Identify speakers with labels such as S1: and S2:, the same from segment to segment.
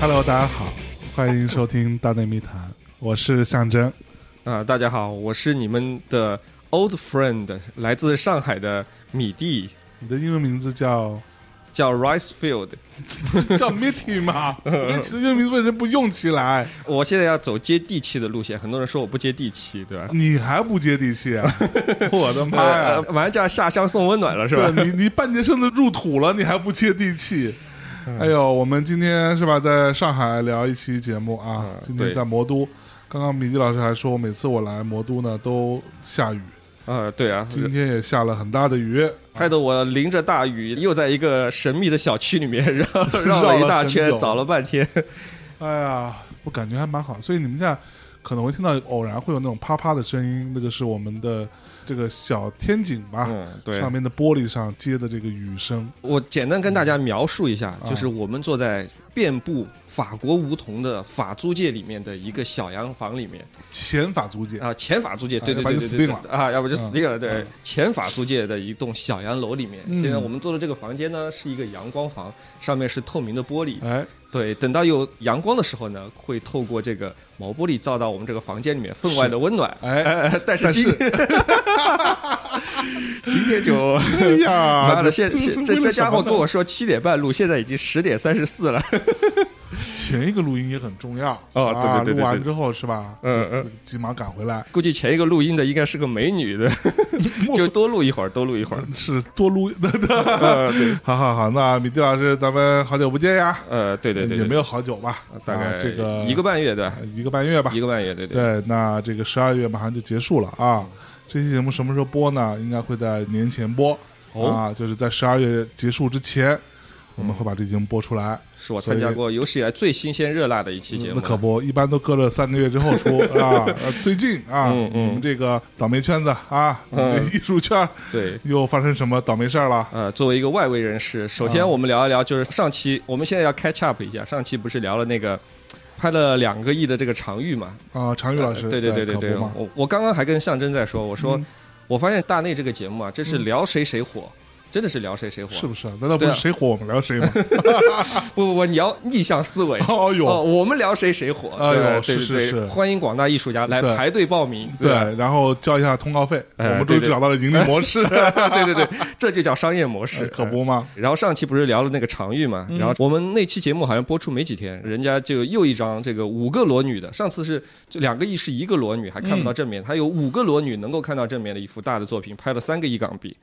S1: Hello，大家好，欢迎收听《大内密谈》，我是象征。
S2: 啊、大家好，我是你们的 old friend，来自上海的米蒂，
S1: 你的英文名字 叫
S2: 叫 Rice Field。
S1: 叫 Mitty 吗？你起的英文名字为什么不用起来？
S2: 我现在要走接地气的路线，很多人说我不接地气，对吧？
S1: 你还不接地气 啊！我的妈
S2: 呃，
S1: 呀！
S2: 马上就要下乡送温暖了，是吧？
S1: 对你，你半截身子入土了，你还不接地气？
S2: 嗯
S1: 哎呦，我们今天是吧，在上海聊一期节目啊
S2: 嗯，
S1: 今天
S2: 对
S1: 在魔都。刚刚米迪老师还说，每次我来魔都呢都下雨，
S2: 啊、对啊，
S1: 今天也下了很大的雨，
S2: 害得我淋着大雨，又在一个神秘的小区里面绕 绕
S1: 绕了
S2: 了一大
S1: 很
S2: 圈
S1: 久，
S2: 找了半天。
S1: 哎呀，我感觉还蛮好，所以你们现在可能会听到偶然会有那种啪啪的声音，那个是我们的这个小天井吧，
S2: 嗯，对
S1: 啊上，面的玻璃上接的这个雨声。
S2: 我简单跟大家描述一下，
S1: 嗯
S2: 就是我们坐在遍布法国梧桐的法租界里面的一个小洋房里面。
S1: 前法租界，
S2: 啊，前法租界，
S1: 啊
S2: 对
S1: 要
S2: 对
S1: 不然
S2: 对
S1: 就
S2: 对
S1: 死
S2: 对
S1: 定嗯
S2: 对啊，要不就死定了。对，前法租界的一栋小洋楼里面，
S1: 嗯
S2: 现在我们坐的这个房间呢是一个阳光房，上面是透明的玻璃。
S1: 哎，
S2: 对，等到有阳光的时候呢，会透过这个毛玻璃照到我们这个房间里面，分外的温暖。
S1: 哎
S2: 哎， 但是
S1: 但
S2: 今今天 就。
S1: 哎呀，
S2: 妈的， 现
S1: 是
S2: 现
S1: 为
S2: 这
S1: 了
S2: 这家
S1: 什么
S2: 伙
S1: 呢
S2: 跟我说七点半录，现在已经十点三十四了。
S1: 前一个录音也很重要
S2: 哦对对
S1: 啊
S2: 对对
S1: 录完
S2: 对
S1: 之后是吧？
S2: 嗯嗯
S1: 就，急忙赶回来，
S2: 估计前一个录音的应该是个美 女的，就多录一会儿，多录一会儿。
S1: 是多录。
S2: 嗯
S1: 好好好，那米蒂老师，咱们好久不见呀，
S2: 呃，对对对，对
S1: 也没有好久吧，
S2: 大概
S1: 啊这个啊
S2: 一个半月对吧，
S1: 一个半月吧，
S2: 一个半月，对嗯对。
S1: 对，那这个十二月马上就结束了啊。这期节目什么时候播呢？应该会在年前播、
S2: 哦
S1: 啊，就是在十二月结束之前，我们会把这节目播出来。
S2: 是我参加过有史以来最新鲜热辣的一期节目
S1: 嗯那
S2: 了，
S1: 可不，一般都隔了三个月之后出 啊。呃最近啊，
S2: 嗯嗯
S1: 你们这个倒霉圈子啊，你们艺术圈
S2: 对。
S1: 又发生什么倒霉事儿了？
S2: 呃，作为一个外围人士，首先我们聊一聊，就是上期我们现在要 catch up 一下，上期不是聊了那个拍了两个亿的这个长玉嘛？
S1: 啊，常宇老师，
S2: 呃对
S1: 对
S2: 对对对，
S1: 可不嘛，
S2: 我我刚刚还跟象征在说，我说
S1: 嗯
S2: 我发现大内这个节目啊，真是聊谁谁火，真的是聊谁谁火，
S1: 是不是？难道不
S2: 对
S1: 是
S2: 啊
S1: 谁火我们聊谁 吗？
S2: 不不不，你要逆向 思维。
S1: 哦
S2: 哦，
S1: 哟，
S2: 我们聊谁谁火，
S1: 哎呦
S2: 对吧
S1: 是
S2: 对
S1: 是
S2: 对
S1: 是
S2: 欢迎广大艺术家来
S1: 对
S2: 排队报名，
S1: 对
S2: 吧，
S1: 然后交一下通告费，我
S2: 啊哎
S1: 们终
S2: 对
S1: 于
S2: 对
S1: 找到了盈利模 式，
S2: 对对对，这就叫商业模式，
S1: 可。不嘛？
S2: 然后上期不是聊了那个常玉嘛，然后我们那期节目好像播出没几天，人家就又一张这个五个裸女的，上次是就两个亿是一个裸女还看不到正面，他有五个裸女能够看到正面的一幅大的作品，拍了三个亿港币，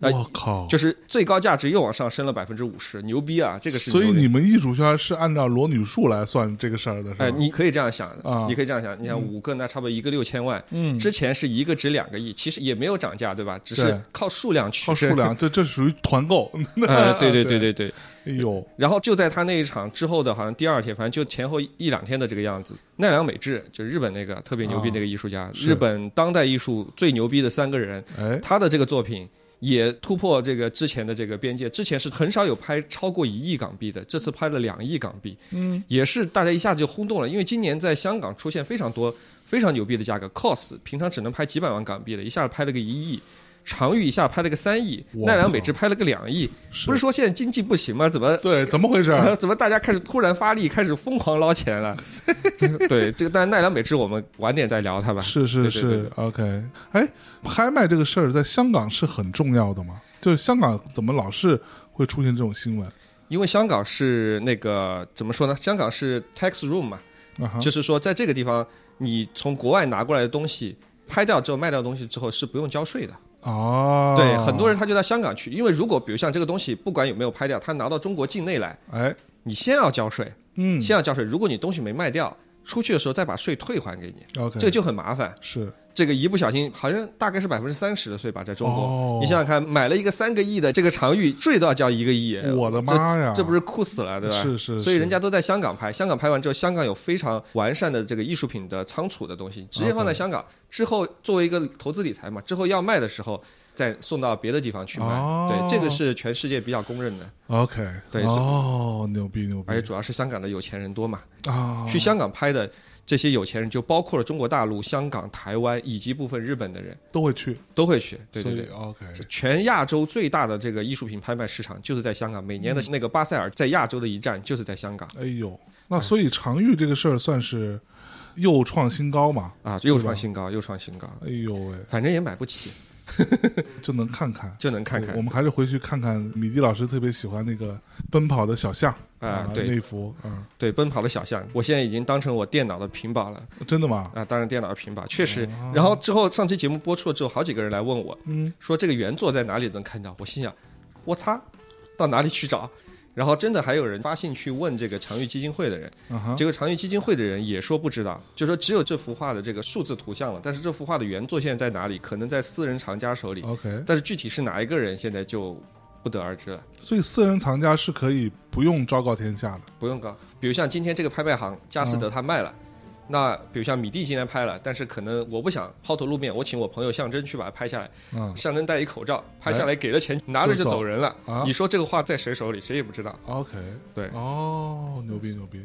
S2: 哎
S1: 我靠！
S2: 就是最高价值又往上升了百分之五十，牛逼啊！这个是
S1: 所以
S2: 牛逼
S1: 你们艺术圈是按照裸女数来算这个事儿的，是吧？
S2: 哎，你可以这样想嗯
S1: 啊，
S2: 你可以这样想，你想五个那差不多一个六千万，
S1: 嗯
S2: 之前是一个值两个亿，其实也没有涨价，对吧？只
S1: 对
S2: 是靠数量取
S1: 靠数
S2: 胜，
S1: 量，这这属于团购。
S2: 呃，对 对对对对。
S1: 哎呦，
S2: 然后就在他那一场之后的，好像第二天，反正就前后一两天的这个样子，奈良美智就是日本那个特别牛逼那个艺术家，啊
S1: 是
S2: 日本当代艺术最牛逼的三个人，
S1: 哎，
S2: 他的这个作品也突破这个之前的这个边界，之前是很少有拍超过一亿港币的，这次拍了两亿港币，嗯，也是大家一下子就轰动了，因为今年在香港出现非常多非常牛逼的价格，cos 平常只能拍几百万港币的，一下子拍了个一亿。长玉一下拍了个三亿，
S1: 哇
S2: 奈良美智拍了个两亿，
S1: 是
S2: 不是说现在经济不行吗？怎么
S1: 对，怎么回事？
S2: 怎么大家开始突然发力，开始疯狂捞 钱了？对，这个但奈良美智我们晚点再聊它吧。
S1: 是是
S2: 对对对
S1: 是，OK。哎，拍卖这个事儿在香港是很重要的吗？就是香港怎么老是会出现这种新闻？
S2: 因为香港是那个怎么说呢？香港是 tax room 嘛，
S1: 啊哈，
S2: 就是说在这个地方，你从国外拿过来的东西。拍掉之后卖掉东西之后是不用交税的，
S1: 哦，
S2: 对，很多人他就到香港去，因为如果比如像这个东西不管有没有拍掉，他拿到中国境内来，
S1: 哎，
S2: 你先要交税，
S1: 嗯
S2: 先要交税。如果你东西没卖掉，出去的时候再把税退还给你，
S1: ，OK，
S2: 这个就很麻烦。
S1: 是
S2: 这个一不小心，好像大概是百分之三十的税吧，在中国。
S1: 哦
S2: 你想想看，买了一个三个亿的这个长玉，最多要交一个亿，
S1: 我的妈呀
S2: 这这不是酷死了，对吧？
S1: 是是
S2: 所以
S1: 是
S2: 人家都在香港拍，香港拍完之后，香港有非常完善的这个艺术
S1: 哦
S2: 品的仓储的东西，直接放在香港。之后作为一个投资理财嘛，之后要卖的时候，再送到别的地方去卖。
S1: 哦嗯
S2: 对，这个是全世界比较公认的，
S1: OK，
S2: 对
S1: 哦，牛逼牛逼
S2: 而且主要是香港的有钱人多嘛，
S1: 啊！
S2: 去香港拍的这些有钱人就包括了中国大陆、香港、台湾以及部分日本的人
S1: 都会去，
S2: 都会去。对
S1: 所
S2: 对
S1: 以
S2: 对。
S1: OK，
S2: 全亚洲最大的这个艺术品拍卖市场就是在香港，每年的
S1: 嗯
S2: 那个巴塞尔在亚洲的一站就是在香港
S1: 哎呦，那所以常玉这个事儿算是又创新高嘛？
S2: 啊，又创新高，又创新高，
S1: 哎呦喂，
S2: 反正也买不起，
S1: 就能看看。
S2: 就能看
S1: 对
S2: 看
S1: 我们还是回去看看米迪老师特别喜欢那个奔跑的小象
S2: 啊、对
S1: 那幅啊，
S2: 对，奔跑的小象，我现在已经当成我电脑的屏保了
S1: 真的吗？
S2: 啊，当然电脑的屏保确实。然后之后上期节目播出了之后，好几个人来问我，
S1: 哦嗯，
S2: 说这个原作在哪里能看到？我心想，我擦，到哪里去找？然后真的还有人发信去问这个常玉基金会的人，
S1: 啊哈，
S2: 结果常玉基金会的人也说不知道，就说只有这幅画的这个数字图像了，但是这幅画的原作现在在哪里？可能在私人藏家手里，
S1: OK，
S2: 但是具体是哪一个人，现在就不得而知了。
S1: 所以私人藏家是可以不用昭告天下的。
S2: 不用搞，比如像今天这个拍卖行，佳士得他卖了，那比如像米蒂今天拍了，但是可能我不想抛头露面，我请我朋友象征去把它拍下来。
S1: 嗯
S2: 象征戴一口罩，拍下来给了钱，拿着就走人了。
S1: 啊
S2: 你说这个话在谁手里，谁也不知道。
S1: ，OK，
S2: 对
S1: 哦，牛逼牛逼。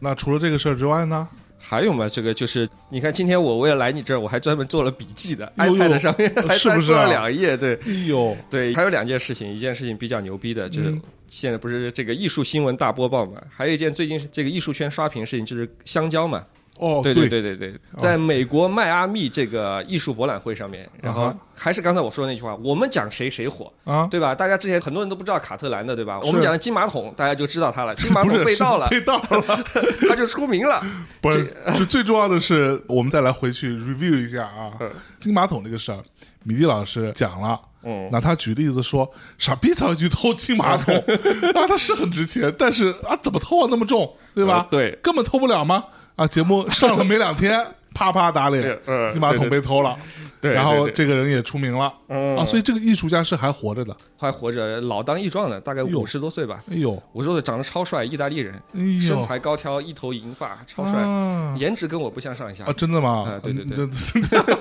S1: 那除了这个事儿之外呢？
S2: 还有嘛，这个就是你看，今天我为了来你这儿，我还专门做了笔记的
S1: 哎呦呦
S2: ，iPad 上面
S1: 呃
S2: 还
S1: 是不
S2: 专
S1: 是
S2: 做
S1: 啊
S2: 了两页。对
S1: 哎呦，
S2: 对，还有两件事情，一件事情比较牛逼的，就是现在不是这个艺术新闻大播报嘛，还有一件最近这个艺术圈刷屏的事情就是香蕉嘛。
S1: 哦，
S2: 对
S1: 对
S2: 对对对，在美国迈阿密这个艺术博览会上面，然后
S1: 啊
S2: 还是刚才我说的那句话，我们讲谁谁火，
S1: 啊，
S2: 对吧？大家之前很多人都不知道卡特兰的，对吧？
S1: 是
S2: 我们讲的金马桶，大家就知道他了，金马
S1: 不
S2: 桶
S1: 是
S2: 被
S1: 是
S2: 盗了，
S1: 被盗了。
S2: 他就出名了。
S1: 不是， 就最重要的是，我们再来回去 review 一下啊
S2: 嗯，
S1: 金马桶这个事儿，米蒂老师讲了。
S2: 嗯，
S1: 拿他举例子说，傻逼才会去偷金马桶，
S2: 哦
S1: 啊，它是很值钱，但是啊，怎么偷啊那么重，对吧
S2: 呃？对
S1: 根本偷不了吗？啊，节目上了没两天， 啪啪打脸
S2: 对，呃
S1: 金马桶被偷了，
S2: 对对对
S1: 然后
S2: 对嗯
S1: 这个人也出名了，啊，所以这个艺术家是还活着的，
S2: 还活着，老当益壮的，大概五十多岁吧。
S1: 哎呦，
S2: 五十多岁，长得超帅，意大利人
S1: 哎，呦
S2: 身材高挑，一头银发，超帅，
S1: 啊，
S2: 颜值跟我不相上下
S1: 啊，，真的吗？
S2: 啊对对对
S1: 嗯，这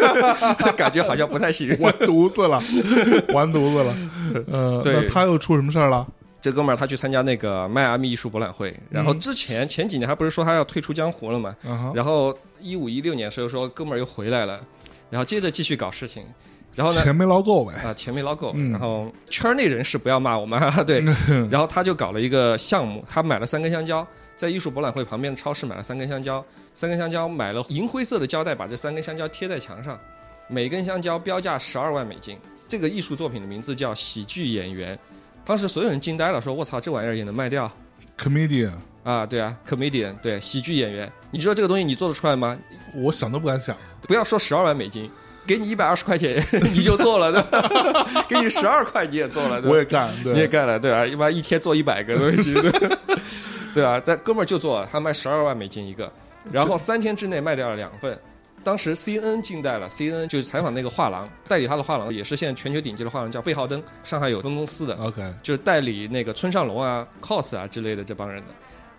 S2: 感觉好像不太行。
S1: 完犊子 了，完犊子了，呃，
S2: 对
S1: 那他又出什么事儿了？
S2: 这哥们儿他去参加那个迈阿密艺术博览会，然后之前前几年他不是说他要退出江湖了吗？
S1: 嗯啊哈，
S2: 然后一五一六年时候说哥们儿又回来了，然后接着继续搞事情，然 后呢？
S1: 钱没捞够呗，
S2: 啊，钱没捞够，
S1: 嗯
S2: 然后圈内人士不要骂我们，哈哈， 对，然后他就搞了一个项目，他买了三根香蕉，在艺术博览会旁边的超市买了三根香蕉，三根香蕉买了银灰色的胶带，把这三根香蕉贴在墙上，每根香蕉标价十二万美金。这个艺术作品的名字叫《喜剧演员》，当时所有人惊呆了，说：“我操，这玩意儿也能卖掉
S1: comedian，
S2: 啊？对啊，comedian，对，喜剧演员，你知道这个东西你做得出来吗？
S1: 我想都不敢想。
S2: 不要说十二万美金，给你一百二十块钱 你就做了，对吧？ 给你十二块你也做了，对吧
S1: 我也干，对，
S2: 你也干了，对吧、一般一天做一百个东西， 对吧、但哥们儿就做了，他卖十二万美金一个，然后三天之内卖掉了两份。当时 CNN 惊呆了，CNN 就是采访那个画廊，代理他的画廊也是现在全球顶级的画廊，叫贝浩登，上海有分公司的，
S1: OK，
S2: 就是代理那个村上隆啊、cos 啊之类的这帮人的。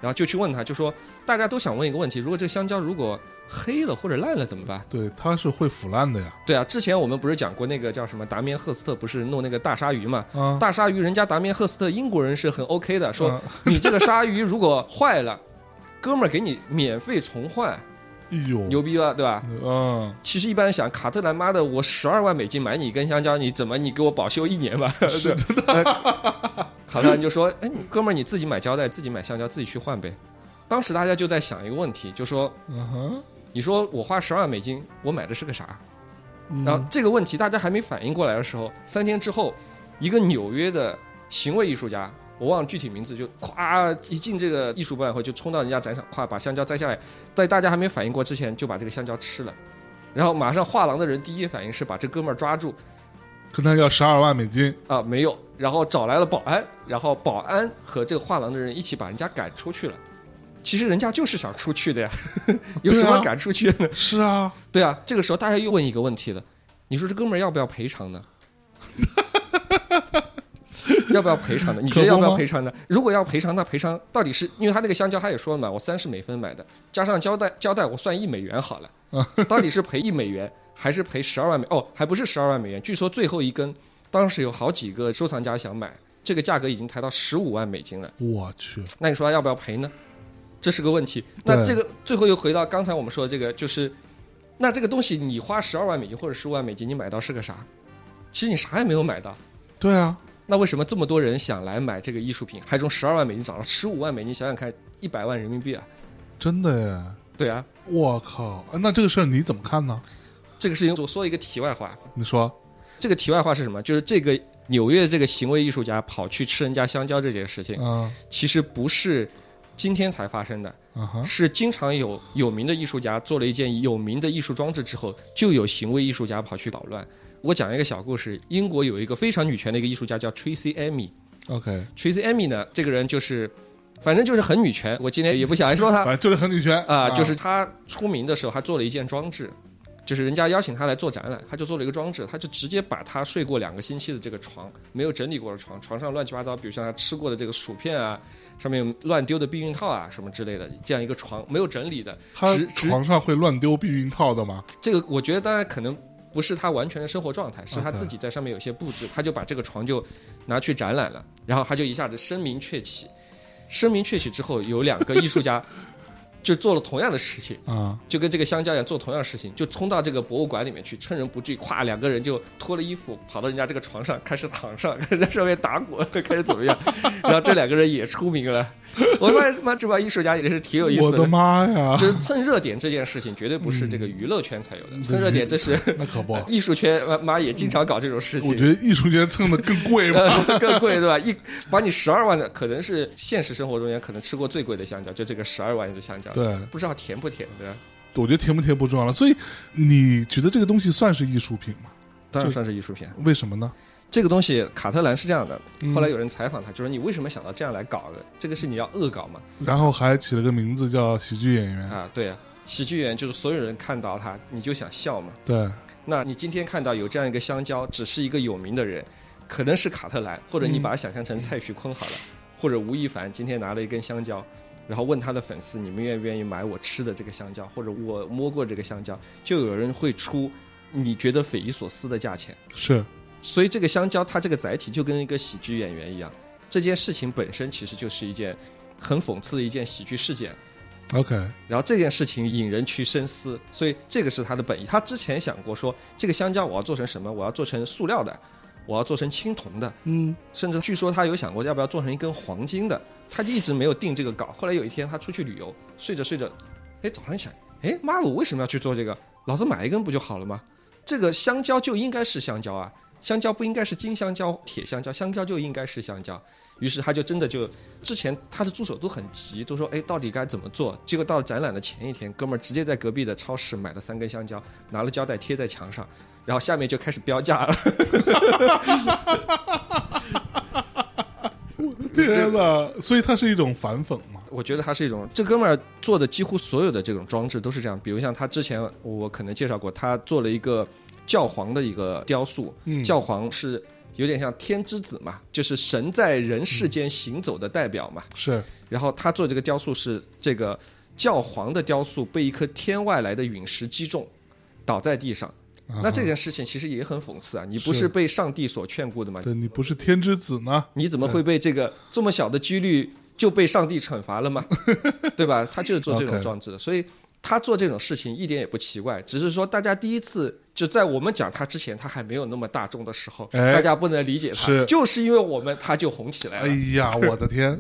S2: 然后就去问他，就说大家都想问一个问题：如果这个香蕉如果黑了或者烂了怎么办？
S1: 对，它是会腐烂的呀。
S2: 对啊，之前我们不是讲过那个叫什么达米安赫斯特，不是弄那个大鲨鱼嘛？
S1: 啊，
S2: 大鲨鱼人家达米安赫斯特英国人是很 OK 的，说
S1: 啊
S2: 你这个鲨鱼如果坏了， 哥们儿给你免费重换，
S1: 哎呦，
S2: 牛逼吧，对吧？
S1: 嗯，
S2: 其实一般人想，卡特兰妈的，我十二万美金买你一根香蕉，你怎么你给我保修一年吧？是的。卡特兰就说：“哎，你哥们儿你自己买胶带，自己买香蕉，自己去换呗。”当时大家就在想一个问题，就说
S1: 嗯哼，：“
S2: 你说我花十二万美金，我买的是个啥？”
S1: 嗯
S2: 然后这个问题大家还没反应过来的时候，三天之后，一个纽约的行为艺术家，我忘了具体名字，就咵一进这个艺术博览会，就冲到人家展场，咵把香蕉摘下来，在大家还没反应过之前，就把这个香蕉吃了。然后马上画廊的人第一反应是把这哥们儿抓住
S1: 跟他要十二万美 金，
S2: 啊，没有，然后找来了保安，然后保安和这个画廊的人一起把人家赶出去了。其实人家就是想出去的呀， 有什
S1: 对
S2: 么
S1: 啊
S2: 赶出去呢？
S1: 是啊，
S2: 对啊，这个时候大家又问一个问题了，你说这哥们儿要不要赔偿呢？ 要不要赔偿的？你觉得要不要赔偿呢？如果要赔偿，那赔偿到底是因为他那个香蕉，他也说了嘛，我三十美分买的，加上胶带，胶带我算一美元好了， 到底是赔一美元还是赔十二万美？哦，还不是十二万美元。据说最后一根，当时有好几个收藏家想买，这个价格已经抬到十五万美金了。
S1: 我去，
S2: 那你说要不要赔呢？这是个问题。那
S1: 对
S2: 这个最后又回到刚才我们说的这个，就是那这个东西你花十二万美金或者十五万美金，你买到是个啥？其实你啥也没有买到。
S1: 对啊，
S2: 那为什么这么多人想来买这个艺术品，还从十二万美金涨到十五万美金？想想看，一百万人民币啊！
S1: 真的耶！
S2: 对啊，
S1: 我靠，啊那这个事儿你怎么看呢？
S2: 这个事情我说一个题外话，
S1: 你说，
S2: 这个题外话是什么？就是这个纽约这个行为艺术家跑去吃人家香蕉这件事情，
S1: 嗯
S2: 其实不是今天才发生的，
S1: 嗯哼，
S2: 是经常有有名的艺术家做了一件有名的艺术装置之后，就有行为艺术家跑去捣乱。我讲一个小故事，英国有一个非常女权的一个艺术家叫 Tracy Emin。
S1: OK，
S2: Tracy Emin 呢，这个人就是，反正就是很女权。我今天也不想说她
S1: 反正就是很女权
S2: 啊，就是她出名的时候，她做了一件装置，就是人家邀请她来做展览，她就做了一个装置，她就直接把她睡过两个星期的这个床，没有整理过的床，床上乱七八糟，比如像她吃过的这个薯片啊，上面乱丢的避孕套啊什么之类的，这样一个床没有整理的，
S1: 他
S2: 直直
S1: 床上会乱丢避孕套的吗？
S2: 这个我觉得当然可能不是他完全的生活状态，是他
S1: OK
S2: 自己在上面有些布置，他就把这个床就拿去展览了，然后他就一下子声名鹊起，声名鹊起之后，有两个艺 术家就做了同样的事情，
S1: 啊，
S2: 就跟这个香蕉一样做同样的事情，就冲到这个博物馆里面去，趁人不注意，咵两个人就脱了衣服跑到人家这个床上开始躺上， 开始在上面打滚，开始怎么样，然后这两个人也出名了，我发现他妈这帮艺术家也是挺有意思
S1: 我的妈 呀！
S2: 就是蹭热点这件事情，绝对不是这
S1: 嗯
S2: 个娱乐圈才有的。蹭热点 这是
S1: 那可不，
S2: 艺术圈，妈妈也经常搞这种事
S1: 我
S2: 情。
S1: 觉得艺术圈蹭的更贵 吧。
S2: 呃更贵对吧？一把你十二万的，可能是现实生活中间可能吃过最贵的香蕉，就这个十二万的香蕉，
S1: 对，
S2: 不知道甜不甜对吧？
S1: 我觉得甜不甜不重要了。所以你觉得这个东西算是艺术品吗？
S2: 当
S1: 就
S2: 然算是艺术品。
S1: 为什么呢？
S2: 这个东西，卡特兰是这样的
S1: 嗯。
S2: 后来有人采访他，就说你为什么想到这样来搞的？这个是你要恶搞嘛？
S1: 嗯然后还起了个名字叫喜剧演员。
S2: 啊，对啊，喜剧演员就是所有人看到他，你就想笑嘛。
S1: 对，
S2: 那你今天看到有这样一个香蕉，只是一个有名的人，可能是卡特兰，或者你把它想象成蔡徐坤好了，或者吴亦凡今天拿了一根香蕉，然后问他的粉丝，你们愿不愿意买我吃的这个香蕉，或者我摸过这个香蕉，就有人会出你觉得匪夷所思的价钱。
S1: 是
S2: 所以这个香蕉它这个载体就跟一个喜剧演员一样，这件事情本身其实就是一件很讽刺的一件喜剧事件。
S1: OK，
S2: 然后这件事情引人去深思，所以这个是他的本意。他之前想过说，这个香蕉我要做成什么？我要做成塑料的，我要做成青铜的，
S1: 嗯，
S2: 甚至据说他有想过要不要做成一根黄金的，他就一直没有定这个稿。后来有一天他出去旅游，睡着睡着，哎，早上一想，哎妈的，我为什么要去做这个？老子买一根不就好了吗？这个香蕉就应该是香蕉啊，香蕉不应该是金香蕉、铁香蕉，香蕉就应该是香蕉。于是他就真的就，之前他的助手都很急，都说哎到底该怎么做？结果到了展览的前一天，哥们儿直接在隔壁的超市买了三根香蕉，拿了胶带贴在墙上，然后下面就开始标价了。
S1: 天呐，所以它是一种反讽嘛？
S2: 我觉得他是一种，这哥们儿做的几乎所有的这种装置都是这样，比如像他之前我可能介绍过，他做了一个教皇的一个雕塑，
S1: 嗯
S2: 教皇是有点像天之子嘛，就是神在人世间行走的代表嘛。
S1: 是
S2: 然后他做这个雕塑是这个教皇的雕塑被一颗天外来的陨石击中，倒在地上。那这件事情其实也很讽刺啊，你不
S1: 是
S2: 是被上帝所劝顾的吗？
S1: 对你不是天之子呢？
S2: 你怎么会被这个这么小的几率就被上帝惩罚 了吗？对吧？他就是做这
S1: OK
S2: 种装置的，所以他做这种事情一点也不奇怪，只是说大家第一次就在我们讲他之前，他还没有那么大众的时候，
S1: 哎
S2: 大家不能理解他，
S1: 是
S2: 就是因为我们他就红起来
S1: 哎
S2: 了，
S1: 呀，我的天！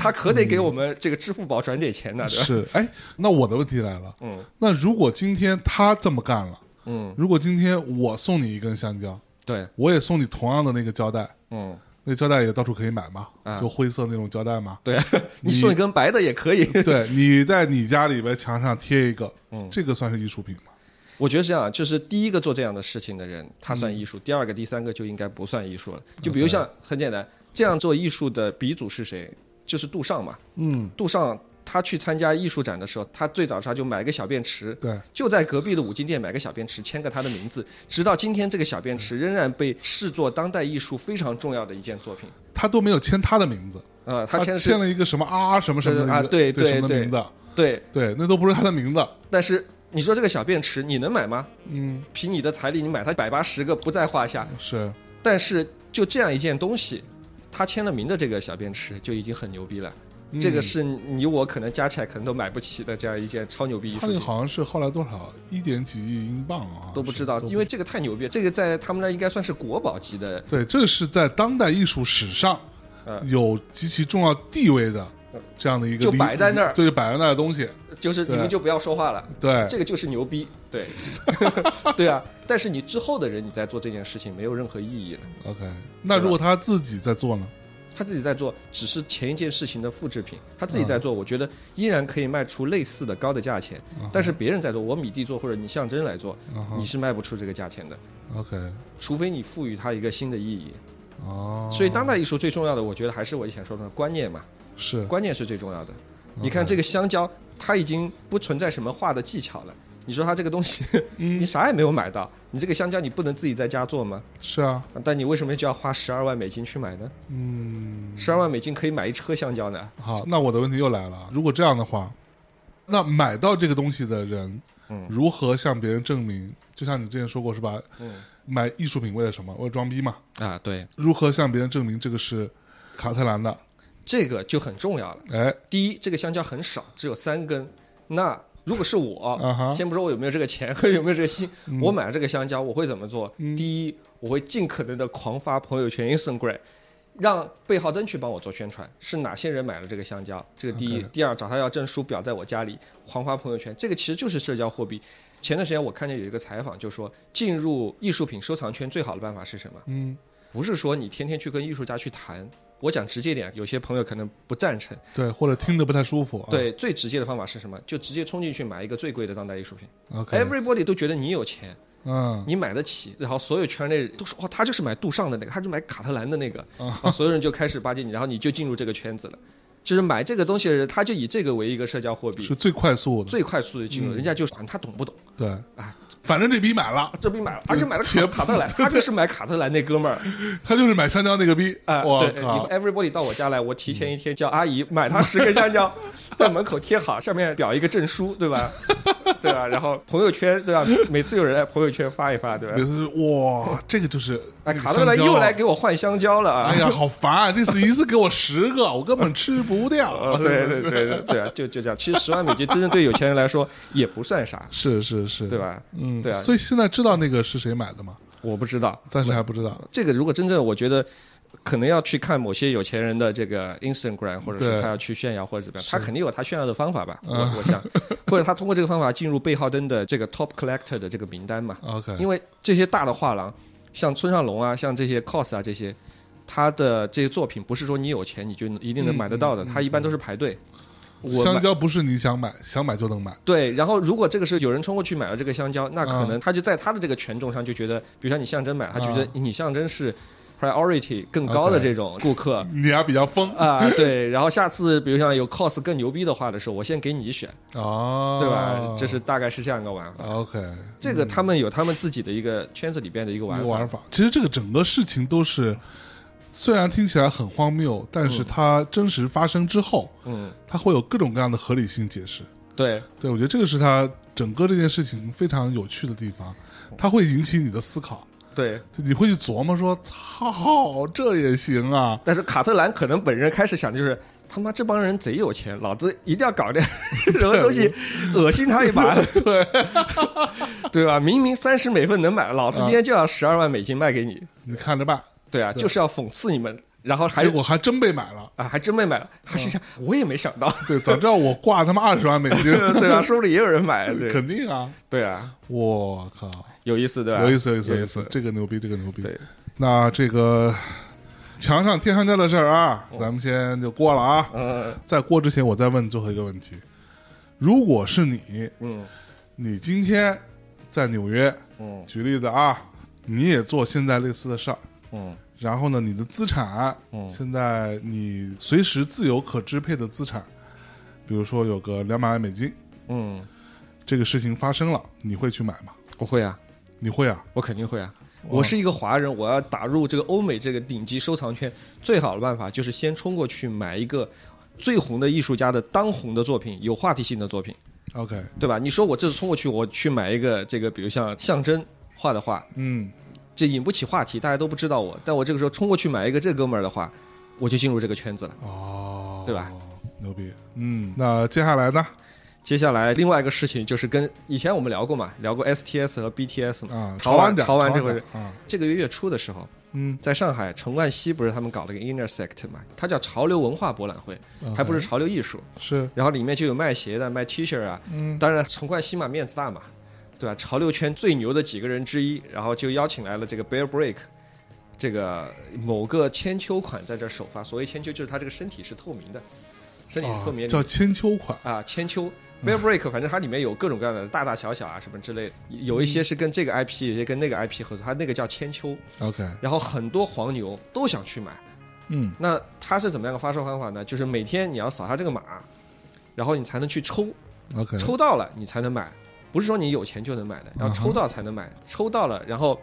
S2: 他可得给我们这个支付宝转点钱呢，对吧？
S1: 是，哎，那我的问题来了，
S2: 嗯，
S1: 那如果今天他这么干了，
S2: 嗯，
S1: 如果今天我送你一根香蕉，
S2: 对，
S1: 我也送你同样的那个胶带，
S2: 嗯。
S1: 那胶带也到处可以买嘛，
S2: 啊。
S1: 就灰色那种胶带嘛
S2: 对，你送一根白的也可以。
S1: 对，你在你家里边墙上贴一个，
S2: 嗯
S1: 这个算是艺术品吗？
S2: 我觉得是这样，就是第一个做这样的事情的人，他算艺术；第二个、第三个就应该不算艺术了。就比如像很简单，这样做艺术的鼻祖是谁？就是杜尚嘛。
S1: 嗯，
S2: 杜尚他去参加艺术展的时候，他最早他就买个小便池，
S1: 对，
S2: 就在隔壁的五金店买个小便池，签个他的
S1: 嗯
S2: 名字，直到今天，这个小便池仍然被视作当代艺术非常重要的一件作品。
S1: 他都没有签他的名字，
S2: 啊，
S1: 他
S2: 他签的是
S1: 签了一个什么啊什么什么的
S2: 啊
S1: 一个
S2: 对
S1: 对
S2: 对
S1: 什么的
S2: 对
S1: 名字，
S2: 对，
S1: 对，那都不是他的名字，
S2: 但是你说这个小便池你能买吗？
S1: 嗯，
S2: 凭你的财力，你买它百八十个不在话下。
S1: 是
S2: 但是就这样一件东西，他签了名的这个小便池就已经很牛逼了。
S1: 嗯
S2: 这个是你我可能加起来可能都买不起的这样一件超牛逼艺
S1: 他
S2: 术
S1: 那个
S2: 品，
S1: 好像是后来多少一点几亿英镑啊，
S2: 都不知道，
S1: 是
S2: 因为这个太牛逼了，这个在他们那儿应该算是国宝级的。
S1: 对，这是在当代艺术史上
S2: 嗯
S1: 有极其重要地位的这样的一个
S2: 就
S1: 理
S2: 摆在那儿
S1: 对，就摆在那儿的东西，
S2: 就是你
S1: 对
S2: 们就不要说话了，
S1: 对，
S2: 这个就是牛逼，对， 对啊。但是你之后的人，你在做这件事情没有任何意义了。
S1: OK，那如果他自己在做呢？
S2: 他自己在做，只是前一件事情的复制品。他自己在做，我觉得依然可以卖出类似的高的价钱。但是别人在做，我米蒂做或者你象征来做，
S1: 啊哈
S2: 你是卖不出这个价钱的，
S1: OK，
S2: 除非你赋予它一个新的意义。
S1: 哦，
S2: 所以当代艺术最重要的，我觉得还是我以前说的观念嘛，
S1: 是
S2: 观念是最重要的。
S1: 哦
S2: 你看这个香蕉，它已经不存在什么画的技巧了。你说它这个东西，
S1: 嗯
S2: 你啥也没有买到，你这个香蕉你不能自己在家做吗？
S1: 是啊，
S2: 但你为什么就要花十二万美金去买呢？
S1: 嗯，
S2: 十二万美金可以买一车香蕉呢。
S1: 好，那我的问题又来了，如果这样的话，那买到这个东西的人，
S2: 嗯
S1: 如何向别人证明？就像你之前说过是吧？
S2: 嗯
S1: 买艺术品为了什么？为了装逼嘛？
S2: 啊，对，
S1: 如何向别人证明这个是卡特兰的？
S2: 这个就很重要了。
S1: 哎，
S2: 第一，这个香蕉很少，只有三根。那如果是
S1: 啊
S2: 我
S1: 哈，嗯
S2: 先不说我有没有这个钱 和有没有这个心，我买了这个香蕉，我会怎么做？第一，我会尽可能的狂发朋友圈、Instagram，让贝浩登去帮我做宣传，是哪些人买了这个香蕉？这个第一。
S1: OK
S2: 第二，找他要证书，表在我家里，狂发朋友圈。这个其实就是社交货币。前段时间我看见有一个采访，就说进入艺术品收藏圈最好的办法是什么？
S1: 嗯，
S2: 不是说你天天去跟艺术家去谈。我讲直接点，有些朋友可能不赞成。
S1: 对，或者听得不太舒服啊。
S2: 对，最直接的方法是什么？就直接冲进去买一个最贵的当代艺术品。
S1: ，OK，
S2: Everybody 都觉得你有钱，
S1: 嗯，
S2: 你买得起，然后所有圈内人都说哦，他就是买杜尚的那个，他就买卡特兰的那个，
S1: 嗯
S2: 然后所有人就开始巴结你，然后你就进入这个圈子了。就是买这个东西的人，他就以这个为一个社交货币
S1: 是，嗯最快速的，
S2: 最快速的进入，人家就管他懂不懂，
S1: 对
S2: 啊，
S1: 反正这逼买了，
S2: 这逼买了，而且买了卡
S1: 且
S2: 卡特兰，他就是买卡特兰那哥们儿
S1: 他就是买香蕉那个逼，
S2: 啊，
S1: 我
S2: 对，以
S1: 靠
S2: 后 everybody 到我家来，我提前一天叫阿姨买他十根 香蕉，在门口贴好，上面裱一个证书，对吧？对吧？然后朋友圈，对吧？每次有人来朋友圈发一发，对吧
S1: 每？次 哇，这个就是
S2: 哎，卡特
S1: 特
S2: 兰
S1: 兰
S2: 又来，给我换香蕉了啊
S1: 啊 哎！呀，好烦啊！这次一次给我十个，我根本吃不掉。 啊
S2: 哦，对对对对对啊，就就这样。其实十万美金真正对有钱人来说也不算啥，
S1: 是是是，
S2: 对？吧？
S1: 嗯，
S2: 对啊
S1: 所以现在知道那个是谁买的吗？
S2: 我不知道，
S1: 暂时还不知道。
S2: 这个如果真正我觉得。可能要去看某些有钱人的这个 Instagram，或者是
S1: 对
S2: 他要去炫耀或者怎么样，他肯定有他炫耀的方法吧？我我想， 或者他通过这个方法进入贝浩登的这个 Top Collector 的这个名单嘛？
S1: OK，
S2: 因为这些大的画廊，像村上隆啊，像这些 COS 啊这些，他的这些作品不是说你有钱你就一定能买得到的，他一般都是排队。我
S1: 香
S2: 买
S1: 蕉不是你想买，想买就能买。
S2: 对，然后如果这个时候有人冲过去买了这个香蕉，那
S1: 嗯
S2: 可能他就在他的这个权重上就觉得，比如像你象征买，他觉得哎
S1: 啊
S2: 你象征是 priority 更高的
S1: OK
S2: 这种顾客。
S1: 你还比较疯
S2: 啊、 对，然后下次比如像有 cos 更牛逼的话的时候，我先给你选，
S1: 哦，
S2: 对吧？这是大概是这样一个玩法。
S1: OK
S2: 这个他们有他们自己的一个圈子里边的一个
S1: 一
S2: 玩
S1: 个
S2: 法，
S1: 嗯玩法。其实这个整个事情都是，虽然听起来很荒谬，但是它真实发生之后，
S2: 嗯，
S1: 它会有各种各样的合理性解释。
S2: 对，
S1: 对，我觉得这个是它整个这件事情非常有趣的地方，它会引起你的思考，
S2: 对，
S1: 就你会去琢磨说，操，这也行啊。
S2: 但是卡特兰可能本人开始想的就是。他妈这帮人贼有钱，老子一定要搞点 什么东西恶心他一把， 对对吧？明明三十美分能买，老子今天就要十二万美金卖给你，
S1: 你看着办，
S2: 对啊，就是要讽刺你们，然后还
S1: 结果还真被买了。
S2: 啊还真被买了，还是想我也没想到，
S1: 对，早知道我挂他妈二十万美金，
S2: 对啊吧？说不定也有人买，对
S1: 肯定啊！
S2: 对啊，
S1: 我靠，
S2: 有意思对吧？
S1: 有意思，有意思，
S2: 有
S1: 有
S2: 意
S1: 意
S2: 思
S1: 思，，这个牛逼，这个牛逼。
S2: 对，
S1: 那这个墙上贴香蕉的事儿啊，
S2: 哦
S1: 咱们先就过了啊。
S2: 嗯
S1: 在过之前，我再问最后一个问题：如果是你，
S2: 嗯
S1: 你今天在纽约，
S2: 嗯
S1: 举例子啊，你也做现在类似的事儿，
S2: 嗯
S1: 然后呢，你的资产，
S2: 嗯
S1: 现在你随时自由可支配的资产，比如说有个两百万美金，
S2: 嗯，
S1: 这个事情发生了，你会去买吗？
S2: 我会啊，
S1: 你会啊？
S2: 我肯定会啊。我是一个华人，我要打入这个欧美这个顶级收藏圈，最好的办法就是先冲过去买一个最红的艺术家的当红的作品，有话题性的作品，
S1: OK，
S2: 对吧？你说我这次冲过去，我去买一个这个，比如像象征画的画，
S1: 嗯，
S2: 这引不起话题，大家都不知道我。但我这个时候冲过去买一个这哥们儿的话，我就进入这个圈子了。
S1: 哦，
S2: 对吧？
S1: 牛逼，嗯，那接下来呢？
S2: 接下来另外一个事情就是跟以前我们聊过嘛，聊过 STS 和 BTS 嘛。
S1: 啊，
S2: 潮
S1: 玩
S2: 玩
S1: 点，
S2: 潮玩
S1: 玩
S2: 这回
S1: 点啊，
S2: 这个月月初的时候，
S1: 嗯，
S2: 在上海陈冠希不是他们搞了个 Intersect 嘛，它叫潮流文化博览会，还不是潮流艺术。
S1: 是，
S2: 然后里面就有卖鞋的、卖 T 恤啊。
S1: 嗯
S2: 当然，陈冠希嘛，面子大嘛，对吧？潮流圈最牛的几个人之一，然后就邀请来了这个 Bear Break，这个某个千秋款在这儿首发。所谓千秋，就是他这个身体是透明的，身体是透
S1: 啊
S2: 明的
S1: 叫千秋款，
S2: 啊，千秋。Bear Break，反正它里面有各种各样的大大小小啊什么之类的，有一些是跟这个 IP，有一些跟那个 IP 合作，它那个叫千秋。
S1: OK，
S2: 然后很多黄牛都想去买。
S1: 嗯，
S2: 那它是怎么样个发售方法呢？就是每天你要扫它这个码，然后你才能去抽，
S1: ，OK，
S2: 抽到了你才能买，不是说你有钱就能买的，要
S1: 嗯哼
S2: 抽到才能买。抽到了，然后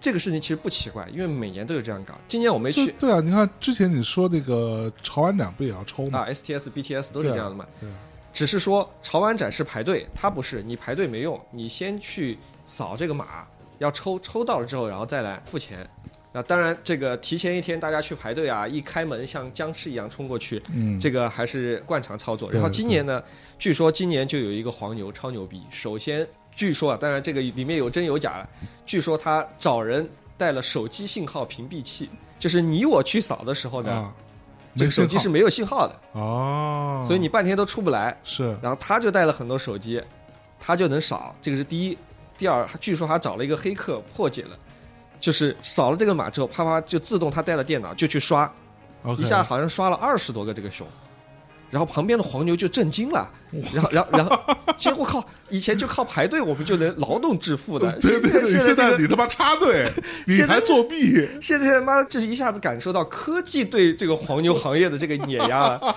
S2: 这个事情其实不奇怪，因为每年都有这样搞。今年我没
S1: 就
S2: 去
S1: 对啊，你看之前你说那个潮玩展不也要抽吗？
S2: 啊，STS、BTS 都是这样的嘛。
S1: 对啊
S2: 只是说潮玩展是排队，它不是，你排队没用，你先去扫这个码，要抽，抽到了之后然后再来付钱。啊，当然，这个提前一天大家去排队啊，一开门像僵尸一样冲过去，
S1: 嗯，
S2: 这个还是惯常操作。
S1: 对
S2: 然后今年呢，据说今年就有一个黄牛超牛逼。首先，据说啊，当然这个里面有真有假了。据说他找人带了手机信号屏蔽器，就是你我去扫的时候呢，
S1: 啊，
S2: 这
S1: 没
S2: 个手机
S1: 信
S2: 是没有信号的，
S1: 号哦，
S2: 所以你半天都出不来。
S1: 是
S2: 然后他就带了很多手机，他就能扫，这个是第一。第二，据说还找了一个黑客破解了，就是扫了这个码之后，啪啪就自动他带了电脑就去刷，
S1: OK，
S2: 一下好像刷了二十多个这个熊，然后旁边的黄牛就震惊了，然后然后然后， 结果靠，以前就靠排队我们就能劳动致富的，
S1: 对
S2: 现
S1: 对
S2: 在
S1: 对，现
S2: 现在
S1: 在
S2: 这
S1: 你
S2: 个
S1: 他妈插 队，你
S2: 现在
S1: 还作弊，
S2: 现在妈这是一下子感受到科技对这个黄牛行业的这个碾压了，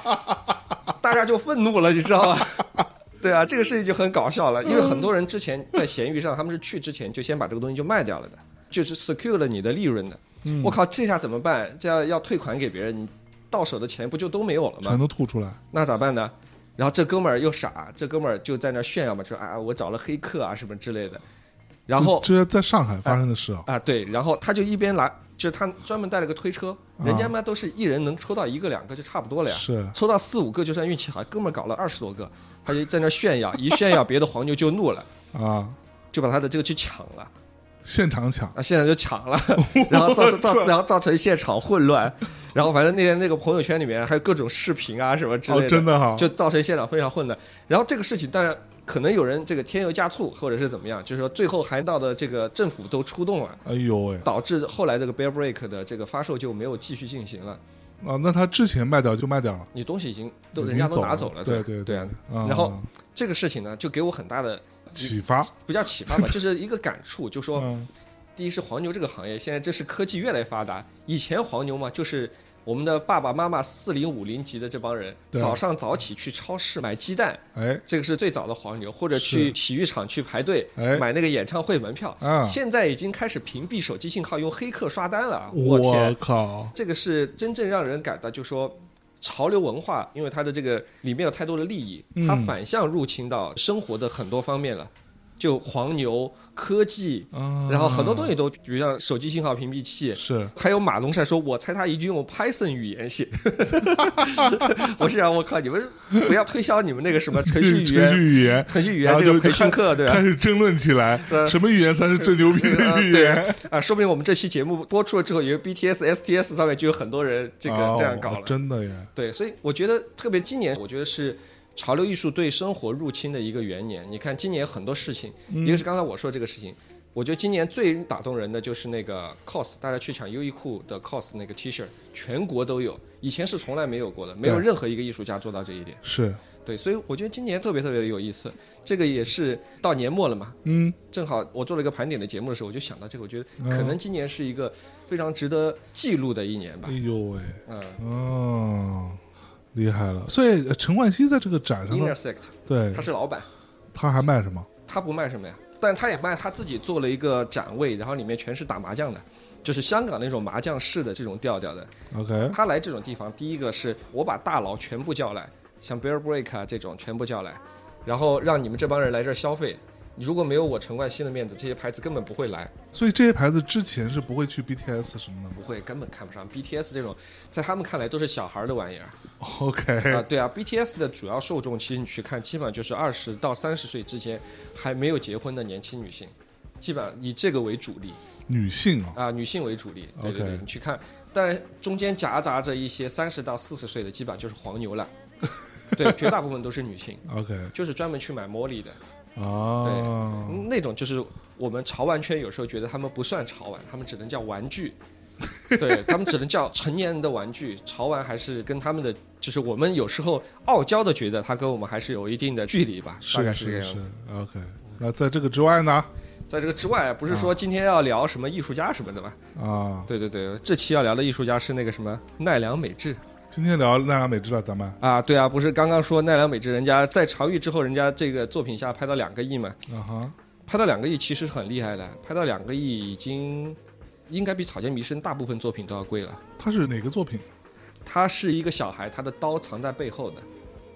S2: 大家就愤怒了，你知道吧？对啊，这个事情就很搞笑了，因为很多人之前在闲鱼上，他们是去之前就先把这个东西就卖掉了的，就是 secure 了你的利润的。我靠，这下怎么办？这要要退款给别人，你到手的钱不就都没有了吗
S1: 全？都吐出来，
S2: 那咋办呢？然后这哥们儿又傻，这哥们儿就在那炫耀嘛，说啊我找了黑客啊什么之类的。然后
S1: 这是在上海发生的事啊，
S2: 啊对，然后他就一边拿，就是他专门带了个推车，人家嘛都是一人能抽到一个两个就差不多了呀，
S1: 啊是
S2: 抽到四五个就算运气好，哥们儿搞了二十多个，他就在那炫耀，一炫耀别的黄牛就怒了，
S1: 啊，
S2: 就把他的这个去抢了。
S1: 现场抢，
S2: 啊，现在就抢了，然后造成造然后造成现场混乱，然后反正那天那个朋友圈里面还有各种视频啊什么之类
S1: 哦真的哈
S2: 就造成现场非常混乱。然后这个事情当然可能有人这个添油加醋，或者是怎么样，就是说最后还闹的这个政府都出动了，
S1: 哎呦喂，
S2: 导致后来这个 Bear Break 的这个发售就没有继续进行了。
S1: 啊，那他之前卖掉就卖掉了，
S2: 你东西已经都
S1: 已
S2: 人
S1: 经
S2: 家都拿
S1: 走
S2: 走
S1: 了
S2: 了，
S1: 对
S2: 吧
S1: 对
S2: 对
S1: 对
S2: 啊
S1: 啊
S2: 然后这个事情呢，就给我很大的
S1: 启发，
S2: 不叫启 发吧，就是一个感触，就说。
S1: 嗯
S2: 第一是黄牛这个行业，现在这是科技越来越发达。以前黄牛嘛，就是我们的爸爸妈妈四零五零级的这帮人，
S1: 对
S2: 早上早起去超市买鸡蛋，
S1: 哎，
S2: 这个是最早的黄牛，或者
S1: 是
S2: 去体育场去排队
S1: 哎
S2: 买那个演唱会门票。
S1: 啊
S2: 现在已经开始屏蔽手机信号，用黑客刷单了。我
S1: 我
S2: 天，
S1: 靠，
S2: 这个是真正让人感到，就说潮流文化，因为它的这个里面有太多的利益，它
S1: 嗯
S2: 反向入侵到生活的很多方面了，就黄牛、科技。
S1: 啊，
S2: 然后很多东西都，比如像手机信号屏蔽器，
S1: 是
S2: 还有马龙晒说，我猜他一定用 Python 语言写。 我是想，我靠，你们不要推销你们那个什么程序语
S1: 程序
S2: 言，
S1: 语言，
S2: 程序语
S1: 然
S2: 言
S1: 后
S2: 这
S1: 就
S2: 个培训课，对
S1: 开
S2: 吧？
S1: 始争论起来，什么语言才是最牛逼的语言？
S2: 啊，说不定我们这期节目播出了之后，有 BTS、STS 上面就有很多人这个
S1: 哦
S2: 这样搞了。
S1: 真的耶！
S2: 对，所以我觉得特别今年，我觉得是潮流艺术对生活入侵的一个元年。你看今年很多事情，一个是刚才我说这个事情，我觉得今年最打动人的就是那个 COS，大家去抢优衣库的 COS 那个 T 恤，全国都有，以前是从来没有过的，没有任何一个艺术家做到这一点。
S1: 是，
S2: 对，所以我觉得今年特别特别有意思。这个也是到年末了嘛，
S1: 嗯，
S2: 正好我做了一个盘点的节目的时候，我就想到这个，我觉得可能今年是一个非常值得记录的一年吧
S1: 哎。呦喂，
S2: 嗯
S1: 哦，厉害了！所以呃陈冠希在这个展上呢，
S2: ，Intersect，
S1: 对
S2: 他，是老板。
S1: 他还卖什么？
S2: 他不卖什么呀？但他也卖他自己做了一个展位，然后里面全是打麻将的，就是香港那种麻将式的这种调调的。
S1: OK，
S2: 他来这种地方，第一个是我把大佬全部叫来，像 Bear Break 啊这种全部叫来，然后让你们这帮人来这儿消费。如果没有我陈冠希的面子，这些牌子根本不会来，
S1: 所以这些牌子之前是不会去 BTS 什么的
S2: 不会根本看不上 BTS 这种，在他们看来都是小孩儿的玩意儿。
S1: 吗？OK，、
S2: 啊，对啊，BTS 的主要受众，其实你去看，基本上就是二十到三十岁之间还没有结婚的年轻女性，基本上以这个为主力
S1: 女性啊，
S2: 啊，女性为主力。对对对
S1: OK
S2: 你去看，当然中间夹杂着一些三十到四十岁的，基本上就是黄牛了。 对，绝大部分都是女性，
S1: OK
S2: 就是专门去买 Molly 的、
S1: 哦啊，
S2: 嗯那种，就是我们潮玩圈有时候觉得他们不算潮玩，他们只能叫玩 具。对他们只能叫成年人的玩具，潮玩还是跟他们的，就是我们有时候傲娇的觉得它跟我们还是有一定的距离吧，大概
S1: 是
S2: 这个
S1: 是
S2: 样子。
S1: OK。那在这个之外呢？
S2: 在这个之外，不是说今天要聊什么艺术家什么的吧？
S1: 啊，
S2: 对对对，这期要聊的艺术家是那个什么奈良美智
S1: 今天聊奈良美智了，咱们
S2: 啊，对啊，不是刚刚说奈良美智人家在潮域之后，人家这个作品下拍到两个亿嘛，
S1: 啊哈，
S2: 拍到两个亿其实很厉害的，拍到两个亿已经应该比草间弥生大部分作品都要贵了。
S1: 它是哪个作品？
S2: 他是一个小孩，他的刀藏在背后的，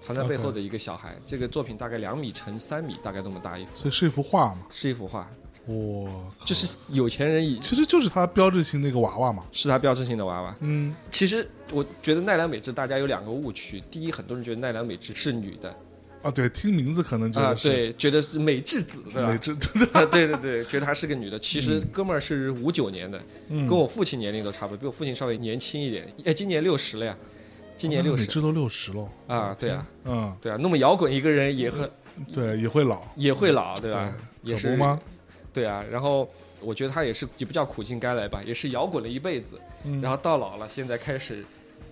S2: 藏在背后的一个小孩。这个作品大概两米乘三米，大概这么大一幅，
S1: 所以是一幅画嘛。
S2: 是一幅画，
S1: 我靠，
S2: 就是有钱人以
S1: 其实就是它标志性那个娃娃嘛。
S2: 是他标志性的娃娃。
S1: 嗯，
S2: 其实我觉得奈良美智大家有两个误区，第一，很多人觉得奈良美智是女的
S1: 啊，对，听名字可能觉
S2: 啊、
S1: 得是
S2: 对，觉得是美智子，对
S1: 美
S2: 吧？
S1: 智，
S2: 啊对对对，觉得她是个女的。其实哥们儿是五九年的，
S1: 嗯
S2: 跟我父亲年龄都差不多，比我父亲稍微年轻一点。哎，今年六十了呀，
S1: 哦
S2: 今年
S1: 那
S2: 六
S1: 美
S2: 十
S1: 智都六十了。
S2: 啊，对啊，
S1: 嗯，
S2: 对啊，那么摇滚一个人也很
S1: 对，也会老，
S2: 也会老，对吧？也
S1: 嗯啊可
S2: 是
S1: 不吗？
S2: 对啊，然后我觉得他也是也不叫苦尽甘来吧，也是摇滚了一辈子，
S1: 嗯
S2: 然后到老了，现在开始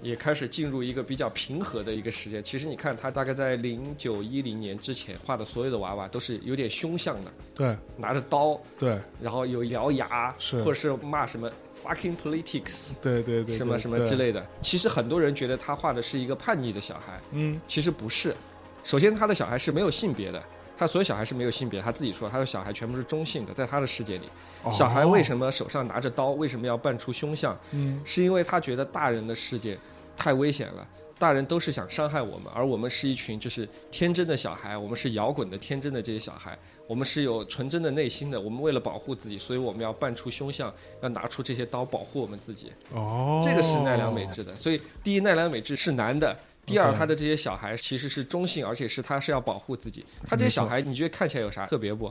S2: 也开始进入一个比较平和的一个时间。其实你看他大概在零九一零年之前画的所有的娃娃都是有点凶相的，
S1: 对
S2: 拿着刀，
S1: 对
S2: 然后有獠牙，
S1: 是
S2: 或者是骂什么 fucking politics
S1: 对对对，
S2: 什么
S1: 对
S2: 什么之。
S1: 对
S2: 类的。其实很多人觉得他画的是一个叛逆的小孩，
S1: 嗯，
S2: 其实不是。首先，他的小孩是没有性别的，他所有小孩是没有性别，他自己说他的小孩全部是中性的，在他的世界里。
S1: 哦
S2: 小孩为
S1: 么？
S2: 什么手上拿着刀？为什么要扮出凶相？
S1: 嗯
S2: 是因为他觉得大人的世界太危险了，大人都是想伤害我们，而我们是一群就是天真的小孩，我们是摇滚的天真的这些小孩，我们是有纯真的内心的。我们为了保护自己，所以我们要扮出凶相，要拿出这些刀保护我们自己。
S1: 哦，
S2: 这个是奈良美智的。所以第一，奈良美智是男的。第二，
S1: OK
S2: 他的这些小孩其实是中性，而且是他是要保护自己。他这些小孩，你觉得看起来有啥特别不？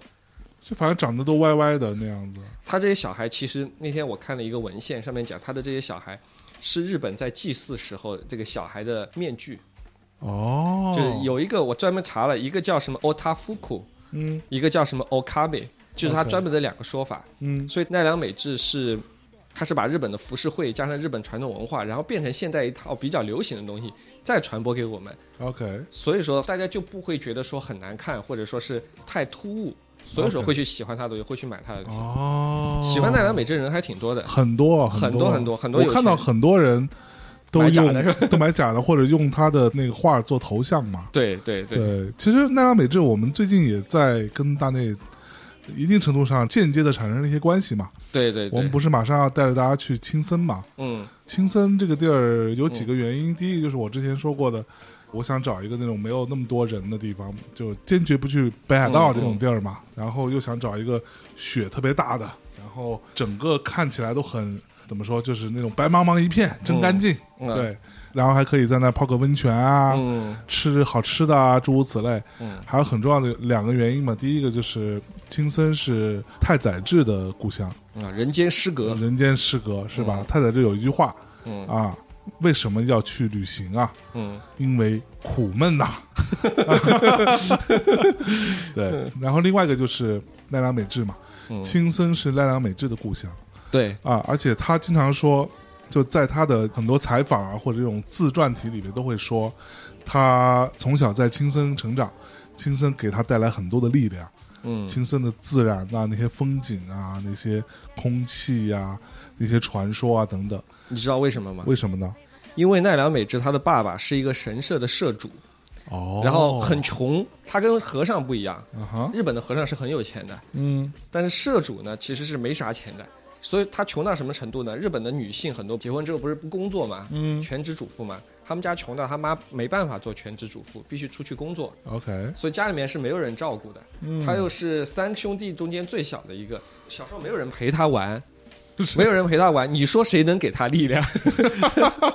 S1: 就反正长得都歪歪的那样子。
S2: 他这些小孩，其实那天我看了一个文献，上面讲他的这些小孩是日本在祭祀时候这个小孩的面具，
S1: 哦，
S2: 就是有一个我专门查了一个叫什么哦 otafuku，
S1: 嗯
S2: 一个叫什么 okame，就是他
S1: OK
S2: 专门的两个说法。
S1: 嗯
S2: 所以奈良美智是，他是把日本的浮世绘加上日本传统文化，然后变成现在一套比较流行的东西，再传播给我们。
S1: ，OK，
S2: 所以说大家就不会觉得说很难看，或者说是太突兀，所以说
S1: OK
S2: 会去喜欢他的东西，会去买他的东西。
S1: 哦，
S2: 喜欢奈良美智的人还挺多的。
S1: 很多
S2: 很
S1: 多
S2: 多很多很多有
S1: 我看到
S2: 钱
S1: 很多人都
S2: 买假
S1: 用
S2: 的 是
S1: 都买假的，或者用他的那个画做头像嘛。
S2: 对对对，
S1: 对，其实奈良美智，我们最近也在跟大内一定程度上间接的产生了一些关系嘛。
S2: 对对
S1: 我们
S2: 对，
S1: 不是马上要带着大家去青森嘛？
S2: 嗯
S1: 青森这个地儿有几个原因，第一个就是我之前说过的，我想找一个那种没有那么多人的地方，就坚决不去北海道这种地儿嘛。
S2: 嗯
S1: 然后又想找一个雪特别大的，然后整个看起来都很怎么说，就是那种白茫茫一片，真干净。
S2: 嗯
S1: 对，然后还可以在那泡个温泉啊，
S2: 嗯
S1: 吃好吃的啊，诸如此类。
S2: 嗯
S1: 还有很重要的两个原因嘛，第一个就是青森是太宰治的故乡，
S2: 啊，人间失格，
S1: 人间失格是吧？太宰治有一句话。
S2: 嗯
S1: 啊，为什么要去旅行啊？
S2: 嗯
S1: 因为苦闷 呐、 对，然后另外一个就是奈良美智嘛，
S2: 嗯，
S1: 青森是奈良美智的故乡
S2: 对，
S1: 啊，而且他经常说，就在他的很多采访啊或者这种自传体里面都会说，他从小在青森成长，青森给他带来很多的力量。
S2: 嗯
S1: 青森的自然啊，那些风景啊，那些空气啊，那些传说啊等等，
S2: 你知道为什么吗？
S1: 为什么呢？
S2: 因为奈良美智他的爸爸是一个神社的社主，
S1: 哦，
S2: 然后很穷。他跟和尚不一样，
S1: 啊哈，
S2: 日本的和尚是很有钱的，
S1: 嗯
S2: 但是社主呢其实是没啥钱的。所以他穷到什么程度呢？日本的女性很多结婚之后不是不工作嘛，
S1: 嗯
S2: 全职主妇嘛，他们家穷到他妈没办法做全职主妇，必须出去工作，
S1: ，OK，
S2: 所以家里面是没有人照顾的。
S1: 嗯
S2: 他又是三兄弟中间最小的一个，小时候没有人陪他玩，
S1: 是
S2: 没有人陪他玩，你说谁能给他力量？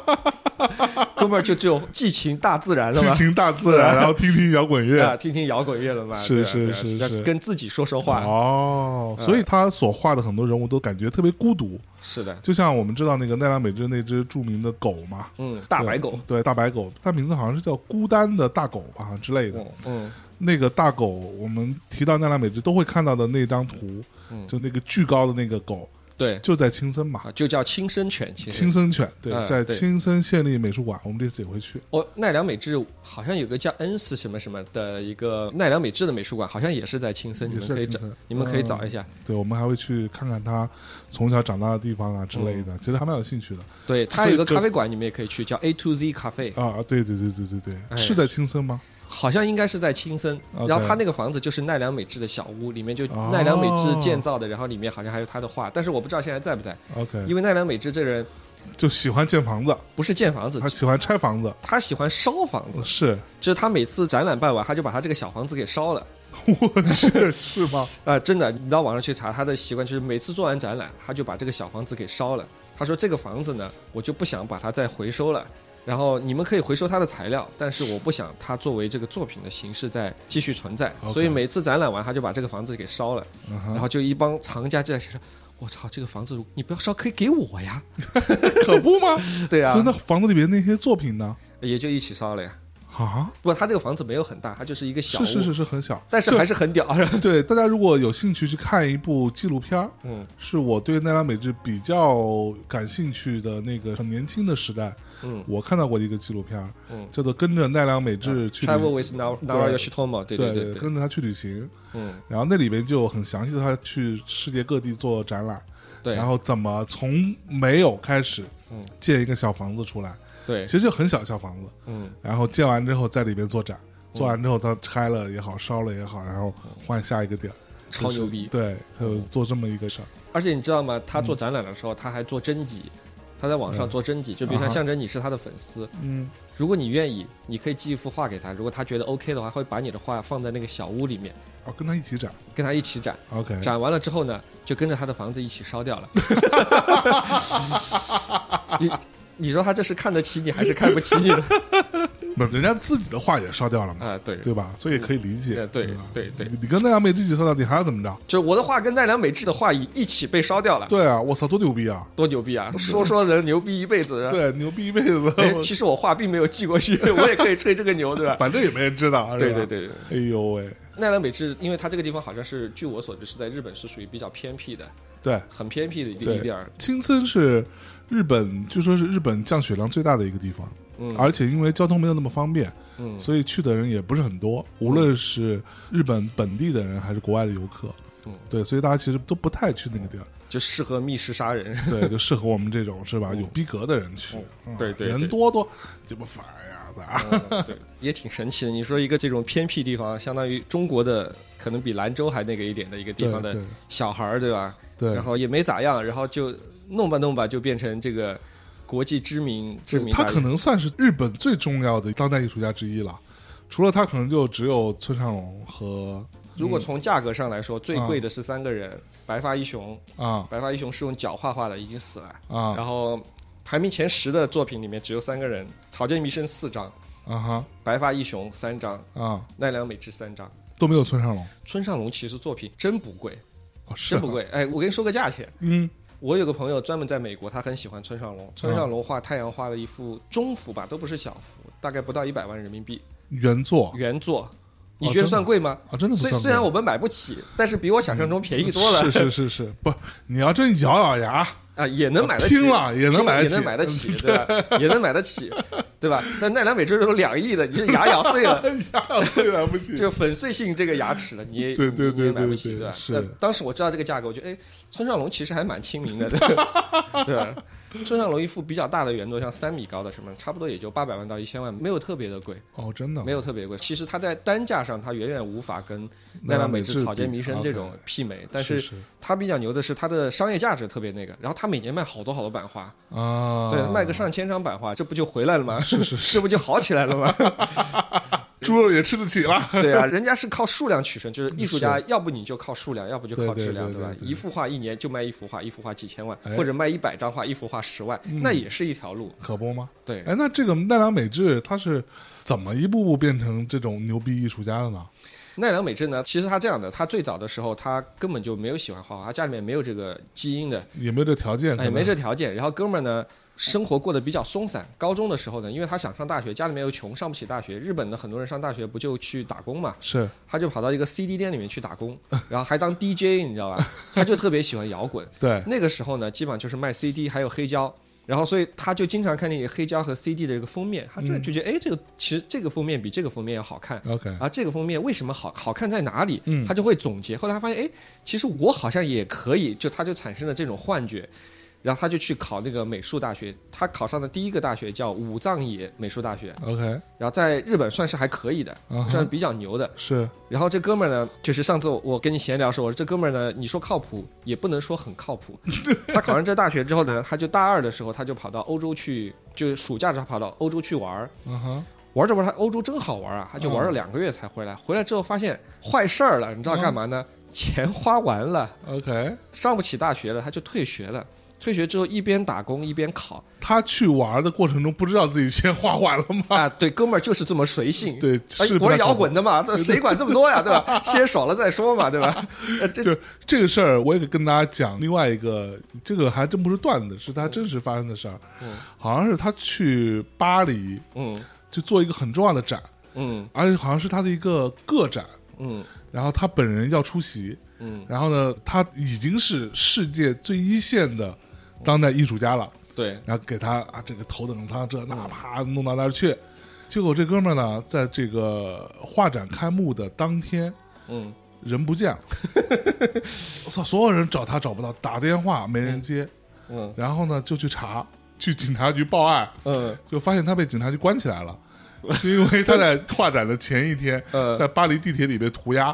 S2: 哥们儿就只有寄情大自然了
S1: 激
S2: 吗？
S1: 情大自 然，然后听听摇滚
S2: 啊，
S1: 乐，
S2: 听听摇滚乐了吗？
S1: 是
S2: 对啊
S1: 是
S2: 对啊
S1: 是
S2: 这
S1: 是
S2: 跟自己说说话。
S1: 哦，
S2: 嗯
S1: 所以他所画的很多人物都感觉特别孤独，
S2: 是的，
S1: 就像我们知道那个奈良美智那只著名的狗嘛，
S2: 嗯，大白狗，
S1: 对大白狗，它名字好像是叫孤单的大狗吧好像之类的
S2: 嗯。嗯，
S1: 那个大狗，我们提到奈良美智都会看到的那张图，
S2: 嗯
S1: 就那个巨高的那个狗，
S2: 对
S1: 就在青森嘛，
S2: 啊，就叫亲生犬，其实
S1: 青森犬对，
S2: 哎
S1: 在
S2: 对
S1: 青森县立美术馆，我们这次也会去。
S2: 哦，奈良美智好像有个叫恩寺什么什么的一个奈良美智的美术馆，好像也是在青森，你
S1: 也
S2: 们
S1: 是在
S2: 可以找
S1: 青森，
S2: 你们可以
S1: 嗯
S2: 找一下。
S1: 对，我们还会去看看它从小长大的地方啊之类
S2: 嗯
S1: 的，其实还蛮有兴趣的
S2: 对，它
S1: 所以
S2: 有一个
S1: 这
S2: 咖啡馆，你们也可以去，叫 A to Z 咖啡，
S1: 啊！对对对对对对，
S2: 哎
S1: 是在青森吗？
S2: 好像应该是在青森。
S1: OK
S2: 然后它那个房子就是奈良美智的小屋，里面就
S1: 哦
S2: 奈良美智建造的，然后里面好像还有他的画，但是我不知道现在在不在，
S1: OK，
S2: 因为奈良美智这人
S1: 就喜欢建房子，
S2: 不是建房子
S1: 他，喜欢拆房子，
S2: 他喜欢烧房子，
S1: 是，
S2: 就是他每次展览办完，他就把他这个小房子给烧了。
S1: 我去，是吗？
S2: 啊、真的，你到网上去查，他的习惯就是每次做完展览，他就把这个小房子给烧了。他说这个房子呢，我就不想把它再回收了。然后你们可以回收它的材料，但是我不想它作为这个作品的形式再继续存在。
S1: OK
S2: 所以每次展览完，他就把这个房子给烧了。
S1: 嗯
S2: 然
S1: 哼，
S2: 后就一帮藏家就在说：“我操，这个房子你不要烧，可以给 我呀
S1: 可不吗？！”
S2: 对啊
S1: 就，那房子里边那些作品呢？
S2: 也就一起烧了呀。
S1: 啊，
S2: 不过他这个房子没有很大，它就是一个小屋，
S1: 是是是是很小，
S2: 但是
S1: 就
S2: 还是很屌。 是吧
S1: 对大家如果有兴趣去看一部纪录片儿，
S2: 嗯，
S1: 是我对奈良美智比较感兴趣的那个很年轻的时代，
S2: 嗯，
S1: 我看到过一个纪录片儿，
S2: 嗯
S1: 叫做《跟着奈良美智去旅》
S2: Travel with Nara
S1: 对
S2: Yoshitomo，对
S1: 对
S2: 对对，
S1: 跟着他去旅行，
S2: 嗯，
S1: 然后那里边就有很详细的他去世界各地做展览，
S2: 对
S1: 然后怎么从没有开始，
S2: 嗯，
S1: 建一个小房子出来，
S2: 对
S1: 其，实就很小小房子，
S2: 嗯。
S1: 然后建完之后在里边做展，做完之后他拆了也好，烧了也好，然后换下一个地儿，
S2: 超牛逼。
S1: 对，他有做这么一个事儿，
S2: 而且你知道吗？他
S1: 嗯
S2: 做展览的时候，他还做征集，他在网上做征集，就比如
S1: 啊
S2: 像
S1: 哈
S2: 象征你是他的粉丝，
S1: 嗯，
S2: 如果你愿意，你可以寄一幅画给他，如果他觉得 OK 的话，会把你的画放在那个小屋里面，
S1: 哦，跟他一起展
S2: 跟他一起展。
S1: ，OK，
S2: 展完了之后呢，就跟着他的房子一起烧 掉了。你你说他这是看得起你还是看不起 你呢？
S1: 不，人家自己的画也烧掉了嘛，
S2: 啊，对。
S1: 对嗯吧？所以可以理解
S2: 呃，对
S1: 吧
S2: 对对啊
S1: 你你跟奈良美智一起烧掉，你还要怎么着？
S2: 就是我的画跟奈良美智的画一一起被烧掉了，
S1: 对啊，我操，多牛逼啊！
S2: 多牛逼啊！说说人牛逼一辈子，
S1: 对，牛逼一辈子，
S2: 嗯 哎， 其实我话并没有寄过去， 我也可以吹这个牛，对吧？
S1: 反正也没人知道，
S2: 对
S1: 是吧
S2: 对。对，对
S1: 哎呦喂，
S2: 奈良美智，因为它这个地方好像是，据我所知是在日本是属于比较偏僻的，
S1: 对
S2: 很偏僻的一个
S1: 对
S2: 地儿。
S1: 青森是日本，据说是日本降雪量最大的一个地方，
S2: 嗯
S1: 而且因为交通没有那么方便，
S2: 嗯
S1: 所以去的人也不是很多，无论是日本本地的人还是国外的游客，
S2: 嗯
S1: 对，所以大家其实都不太去那个地儿，
S2: 就适合密室杀人。
S1: 对，就适合我们这种是吧有逼格的人去，嗯
S2: 嗯对对对嗯
S1: 人多多这不烦呀，咋？
S2: 对， 也挺神奇的。你说一个这种偏僻地方，相当于中国的可能比兰州还那个一点的一个地方的
S1: 对
S2: 小孩儿，对吧？
S1: 对
S2: 然后也没咋样，然后就弄吧弄吧，就变成这个国际知名知
S1: 对，
S2: 名
S1: 他
S2: 大。
S1: 可能算是日本最重要的当代艺术家之一了，除了他可能就只有村上隆和
S2: 如果从价格上来说，
S1: 嗯
S2: 最贵的是三个人，白发一雄，
S1: 啊
S2: 白发一雄是用脚画画的，已经死了。
S1: 啊
S2: 然后排名前十的作品里面只有三个人：草间弥生四张，
S1: 啊哈
S2: 白发一雄三张，
S1: 啊
S2: 奈良美智三张。
S1: 都没有村上隆，
S2: 村上隆其实作品真不贵，
S1: 哦是
S2: 真
S1: 啊
S2: 不，贵。哎，我跟你说个价钱，
S1: 嗯
S2: 我有个朋友专门在美国，他很喜欢村上隆。村上隆画太阳画了一幅中幅吧，都不是小幅，大概不到一百万人民币
S1: 原作
S2: 原作。你
S1: 哦
S2: 觉得
S1: 真的
S2: 算贵吗？
S1: 啊真的不
S2: 虽
S1: 算贵
S2: 虽然我们买不起，但是比我想象中便宜多了
S1: 是是是是，不，你要真咬咬牙，
S2: 啊，也能买得起，
S1: 拼哦了也能买得起
S2: 拼了也能买 得起，对吧？也能买得起，对吧？但奈良美智都两亿的，你这牙咬碎 了，
S1: 牙最了不起
S2: 这，个粉碎性这个牙齿的，你也
S1: 对对
S2: 你
S1: 对
S2: 也买不
S1: 对
S2: 起，
S1: 对
S2: 对吧？
S1: 是
S2: 那当时我知道这个价格，我觉得哎，村上隆其实还蛮亲民的，对吧？对吧村上隆一夫比较大的原作，像三米高的什么，差不多也就八百万到一千万，没有特别的贵，
S1: 哦，真的
S2: 没有特别贵。其实它在单价上，它远远无法跟
S1: 奈
S2: 奈良
S1: 良
S2: 美
S1: 美
S2: 智
S1: 智
S2: 草间弥生
S1: 比
S2: 这种
S1: OK
S2: 媲美，但
S1: 是
S2: 是它比较牛的是它的商业价值特别那个，然后它每年卖好多好多版画，
S1: 啊，
S2: 对，卖个上千张版画，这不就回来了吗？
S1: 是是
S2: 这不就好起 来了吗？
S1: 猪肉也吃得起了，
S2: 对啊，人家是靠数量取胜，就是艺术家，要不你就靠数量，要不就靠质量，
S1: 对对对
S2: 吧
S1: 对？对
S2: 一幅画一年就卖一幅画，一幅画几千万，
S1: 哎嗯
S2: 或者卖一百张画，一幅画十万，那也是一条路。
S1: 可不吗？
S2: 对，
S1: 哎，那这个奈良美智他是怎么一步步变成这种牛逼艺术家的呢？
S2: 奈良美智呢，其实他这样的，他最早的时候他根本就没有喜欢画画，他家里面没有这个基因的，
S1: 也没有这条件，可
S2: 哎，
S1: 能
S2: 没这条件。然后哥们儿呢，生活过得比较松散。高中的时候呢，因为他想上大学，家里面又穷，上不起大学。日本的很多人上大学不就去打工嘛，
S1: 是
S2: 他就跑到一个 CD 店里面去打工， 然后还当 DJ，你知道吧？ 他就特别喜欢摇滚。
S1: 对，
S2: 那个时候呢，基本上就是卖 CD 还有黑胶，然后所以他就经常看那个黑胶和 CD 的这个封面，他
S1: 嗯
S2: 就就觉得哎，这个其实这个封面比这个封面要好看。
S1: OK，
S2: 啊，这个封面为什么好好看在哪里？
S1: 嗯
S2: 他就会总结。后来他发现，哎，其实我好像也可以，就他就产生了这种幻觉，然后他就去考那个美术大学。他考上的第一个大学叫武藏野美术大学，
S1: OK，
S2: 然后在日本算是还可以的，
S1: 嗯哼
S2: 算是比较牛的。
S1: 是
S2: 然后这哥们儿呢，就是上次我跟你闲聊说，我说这哥们儿呢，你说靠谱也不能说很靠 谱。他考上这大学之后呢，他就大二的时候他就跑到欧洲去，就暑假的时候跑到欧洲去玩儿，
S1: 嗯哼，
S2: 玩着玩着，他欧洲真好玩啊，他就玩了两个月才回来。回来之后发现坏事儿了，你知道干嘛呢？钱花完了，
S1: OK，
S2: 上不起大学了，他就退学了。退学之后一边打工一边考
S1: 他去玩的过程中不知道自己先画完了吗？
S2: 啊，对，哥们儿就是这么随性。
S1: 对，
S2: 哎
S1: 是，不
S2: 我
S1: 太
S2: 是摇
S1: 靠谱
S2: 滚的嘛，这谁管这么多呀，对 吧？先爽了再说嘛，对 吧？呃这
S1: 就这个事儿，我也跟大家讲另外一个，这个还真不是段子，是他真实发生的事儿。
S2: 嗯
S1: 好像是他去巴黎
S2: 嗯
S1: 就做一个很重要的展，
S2: 嗯
S1: 而且好像是他的一个个展，
S2: 嗯
S1: 然后他本人要出席，
S2: 嗯，
S1: 然后呢，他已经是世界最一线的当代艺术家了，
S2: 对，
S1: 然后给他啊这个头等舱这那啪弄到那儿去，结果这哥们儿呢，在这个画展开幕的当天，
S2: 嗯
S1: 人不见了， 我操！所有人找他找不到，打电话没人接，
S2: 嗯
S1: 然后呢就去查，去警察局报案，
S2: 嗯
S1: 就发现他被警察局关起来 了，因为他在画展的前一天
S2: 呃，
S1: 在巴黎地铁里被涂鸦，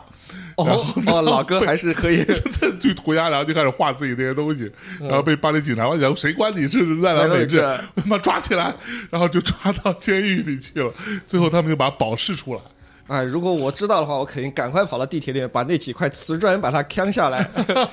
S2: 哦哦，老哥还是可以，
S1: 他去涂鸦，然 后就开始画自己那些东西，然后被巴黎警察问，谁关你是奈良美智
S2: 奈良美？
S1: 他妈抓起来，然后就抓到监狱里去了，最后他们就把他保释出来。
S2: 啊，如果我知道的话，我肯定赶快跑到地铁里面，把那几块瓷砖把它扛下来，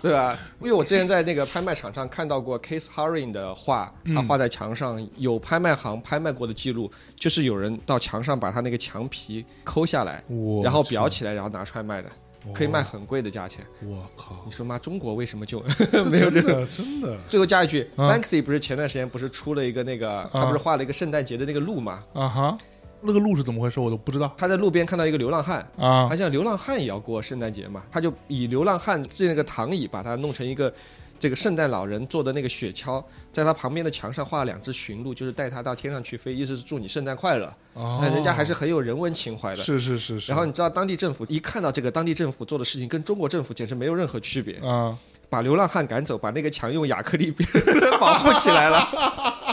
S2: 对吧？因为我之前在那个拍卖场上看到过 Case Haring 的画，他画在墙上，有拍卖行拍卖过的记录，就是有人到墙上把他那个墙皮抠下来，
S1: 我
S2: 然后裱起来，然后拿出来卖的，可以卖很贵的价钱。
S1: 我靠
S2: 你，说妈，中国为什么就 没有这
S1: 真
S2: 个？
S1: 的真的
S2: 最后加一句
S1: 嗯
S2: ，Banksy 不是前段时间不是出了一个那个，他不是画了一个圣诞节的那个鹿嘛？
S1: 啊哈，那个路是怎么回事我都不知道
S2: 他在路边看到一个流浪汉，
S1: 啊
S2: 他像流浪汉也要过圣诞节嘛，他就以流浪汉这那个躺椅，把它弄成一个这个圣诞老人做的那个雪橇，在他旁边的墙上画了两只驯鹿，就是带他到天上去飞，意思是祝你圣诞快乐。
S1: 哦
S2: 但人家还是很有人文情怀的。
S1: 是是是是，
S2: 然后你知道当地政府一看到这个，当地政府做的事情跟中国政府简直没有任何区别，
S1: 啊，
S2: 把流浪汉赶走，把那个墙用亚克力 保护起来了。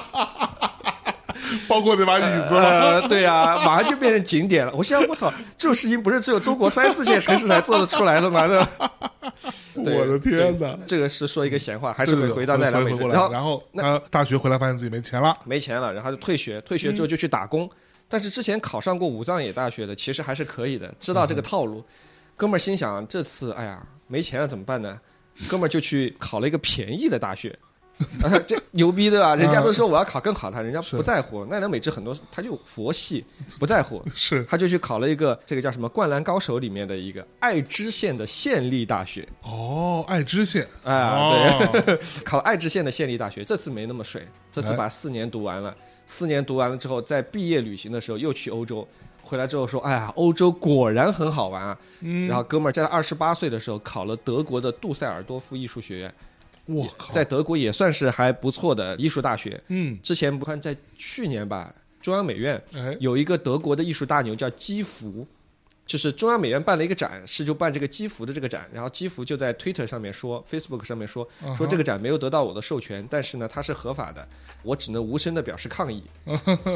S1: 包括那把椅子吗？
S2: 呃，对啊，马上就变成景点了。我现在我操，这种事情不是只有中国三四线城市才做得出来的吗？对吧？对
S1: 我的天哪！
S2: 这个是说一个闲话，还
S1: 呃还
S2: 是回回到奈良美智，
S1: 过来
S2: 然，后
S1: 然后他大学回来发现自己没钱了，
S2: 没钱了，然后就退学，退学之后就去打工。但是之前考上过武藏野大学的，其实还是可以的，知道这个套路。哥们儿心想，这次哎呀没钱了怎么办呢？哥们儿就去考了一个便宜的大学。 啊、这牛逼对吧？人家都说我要考更好的，人家不在乎。奈良美智很多他就佛系，不在乎。
S1: 是
S2: 他就去考了一个这个叫什么《灌篮高手》里面的一个爱知县的县立大学
S1: 哦，爱知县
S2: 啊，对，
S1: 哦，
S2: 考了爱知县的县立大学，这次没那么水，这次把四年读完了。四年读完了之后，在毕业旅行的时候又去欧洲，回来之后说：“哎呀，欧洲果然很好玩啊！”然后哥们儿在他二十八岁的时候考了德国的杜塞尔多夫艺术学院，
S1: 我靠，
S2: 在德国也算是还不错的艺术大学。
S1: 嗯，
S2: 之前不看在去年吧，中央美院
S1: 哎，
S2: 有一个德国的艺术大牛叫基弗，就是中央美院办了一个展，是就办这个基服的这个展，然后基服就在 Twitter 上面说，Facebook 上面说，
S1: 嗯
S2: 说这个展没有得到我的授权，但是呢，它是合法的，我只能无声的表示 抗议。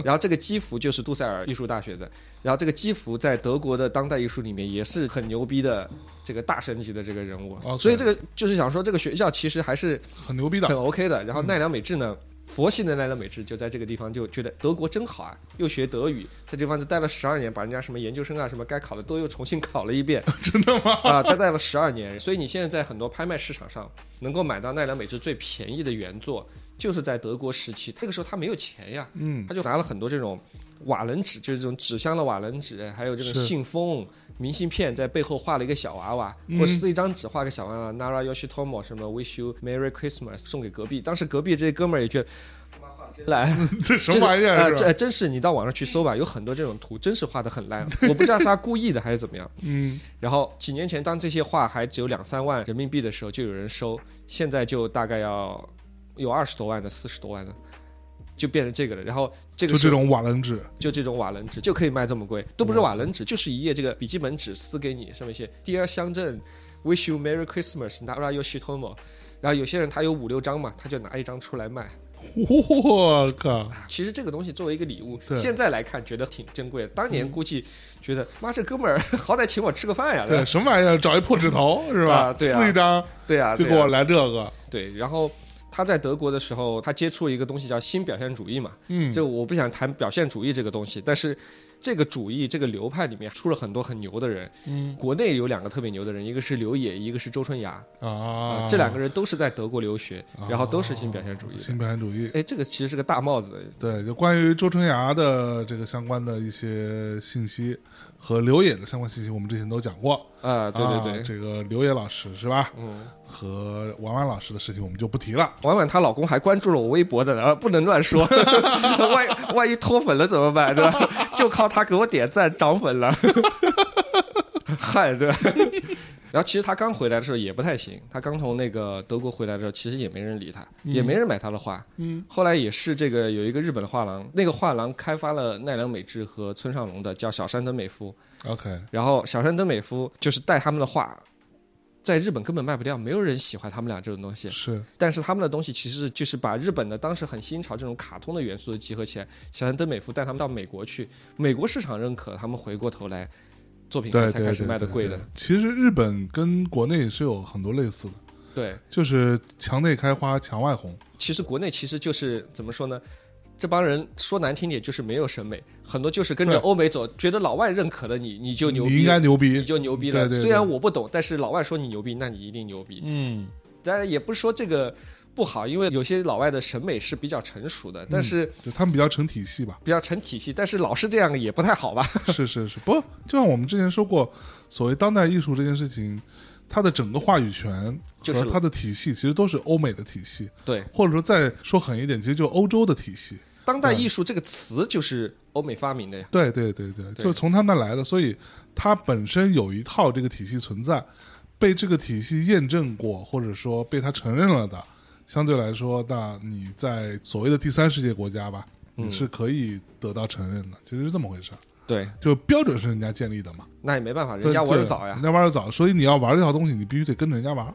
S2: 然后这个基服就是杜塞尔艺术大学的，然后这个基服在德国的当代艺术里面也是很牛逼的这个大神级的这个人物，
S1: OK
S2: 所以这个就是想说，这个学校其实还是
S1: 很牛逼的
S2: 很 OK 的。嗯然后奈良美智呢，佛系的奈良美智就在这个地方就觉得德国真好啊，又学德语，在这地方就待了十二年，把人家什么研究生啊什么该考的都又重新考了一遍， 真的吗？啊，待待了十二年，所以你现在在很多拍卖市场上能够买到奈良美智最便宜的原作，就是在德国时期，那个时候他没有钱呀，
S1: 嗯，
S2: 他就拿了很多这种瓦楞纸，就是这种纸箱的瓦楞纸，还有这种
S1: 是
S2: 信封、明信片，在背后画了一个小娃娃，
S1: 嗯
S2: 或者是一张纸画个小娃娃。Nara Yoshitomo 什么 Wish you Merry Christmas 送给隔壁，当时隔壁这些哥们儿也觉得。他妈画得真烂，
S1: 这什么玩意
S2: 啊
S1: 儿？是
S2: 这
S1: 吧
S2: 呃真是你到网上去搜吧，有很多这种图，真是画的很 烂。我不知道是他故意的还是怎么样。
S1: 嗯，
S2: 然后几年前，当这些画还只有两三万人民币的时候，就有人收，现在就大概要有二十多万的、四十多万的，就变成这个了。然后这个
S1: 就
S2: 时
S1: 这
S2: 候
S1: 种瓦楞纸，
S2: 就这种瓦楞纸就可以卖这么贵，都
S1: 嗯
S2: 不是瓦楞纸，就是一页这个笔记本纸撕给你，上面写 Dear 乡镇，Wish you Merry Christmas, Nara Yoshitomo。然后有些人他有五六张嘛，他就拿一张出来卖。啊
S1: 我靠！
S2: 其实这个东西作为一个礼物，
S1: 对嗯
S2: 现在来看觉得挺珍贵的，当年估计觉得妈这哥们儿 好歹请我吃个饭 呀，
S1: 对，
S2: 吧
S1: 什么玩意儿？找一破纸头是吧？
S2: 啊对啊
S1: 撕一张
S2: 对啊，
S1: 就
S2: 对
S1: 给
S2: 啊
S1: 我来这个，
S2: 对，然后他在德国的时候，他接触一个东西叫新表现主义嘛。
S1: 嗯
S2: 就我不想谈表现主义这个东西，但是这个主义这个流派里面出了很多很牛的人。
S1: 嗯，
S2: 国内有两个特别牛的人，一个是刘野，一个是周春芽。
S1: 啊，
S2: 这两个人都是在德国留学，然后都是新表现主义的。
S1: 新表现主义。
S2: 哎，这个其实是个大帽子。
S1: 对，就关于周春芽的这个相关的一些信息和刘野的相关信息，我们之前都讲过。
S2: 啊，对对
S1: 啊
S2: 对，
S1: 这个刘野老师是吧？
S2: 嗯，
S1: 和婉婉老师的事情我们就不提了。
S2: 婉婉她老公还关注了我微博的呢， 不能乱说，万万一脱粉了怎么办？对吧？就靠他给我点赞涨粉了， 嗨，对吧？ 然后其实他刚回来的时候也不太行，他刚从那个德国回来的时候，其实也没人理他，也没人买他的画。
S1: 嗯，
S2: 后来也是这个有一个日本的画廊，那个画廊开发了奈良美智和村上隆的，叫小山登美夫。
S1: OK，
S2: 然后小山登美夫就是带他们的画，在日本根本卖不掉，没有人喜欢他们俩这种东西。
S1: 是
S2: 但是他们的东西其实就是把日本的当时很新潮这种卡通的元素集合起来，小山登美夫带他们到美国去，美国市场认可，他们回过头来作品
S1: 对
S2: 才
S1: 对
S2: 开
S1: 对
S2: 始
S1: 对
S2: 卖的贵
S1: 对
S2: 的。
S1: 其实日本跟国内是有很多类似的，
S2: 对，
S1: 就是墙内开花墙外红。
S2: 其实国内其实就是怎么说呢？这帮人说难听点就是没有审美，很多就是跟着
S1: 对
S2: 欧美走，觉得老外认可了你，你就牛
S1: 嗯你应
S2: 逼
S1: 该
S2: 了，
S1: 牛逼，
S2: 你就牛逼了。
S1: 对对对
S2: 虽然我不懂，但是老外说你牛逼，那你一定牛逼。
S1: 嗯，
S2: 当然也不是说这个不好，因为有些老外的审美是比较成熟的，但是
S1: 就他们比较成体系 吧。
S2: 比较成体系，但是老是这样也不太好吧？
S1: 是是是，不，就像我们之前说过，所谓当代艺术这件事情，它的整个话语权
S2: 就是
S1: 和它的体系，其实都是欧美的体系，
S2: 对，
S1: 或者说再说狠一点，其实就欧洲的体系。
S2: 当代艺术这个词就是欧美发明的呀。
S1: 对对对对，
S2: 对
S1: 就是从他那来的，所以它本身有一套这个体系存在，被这个体系验证过，或者说被它承认了的，相对来说，那你在所谓的第三世界国家吧，
S2: 嗯
S1: 你是可以得到承认的，其实是这么回事儿，
S2: 对，
S1: 就标准是人家建立的嘛。
S2: 那也没办法，人家玩的早
S1: 对
S2: 呀
S1: 人，家玩的早，所以你要玩这套东西，你必须得跟着人家玩，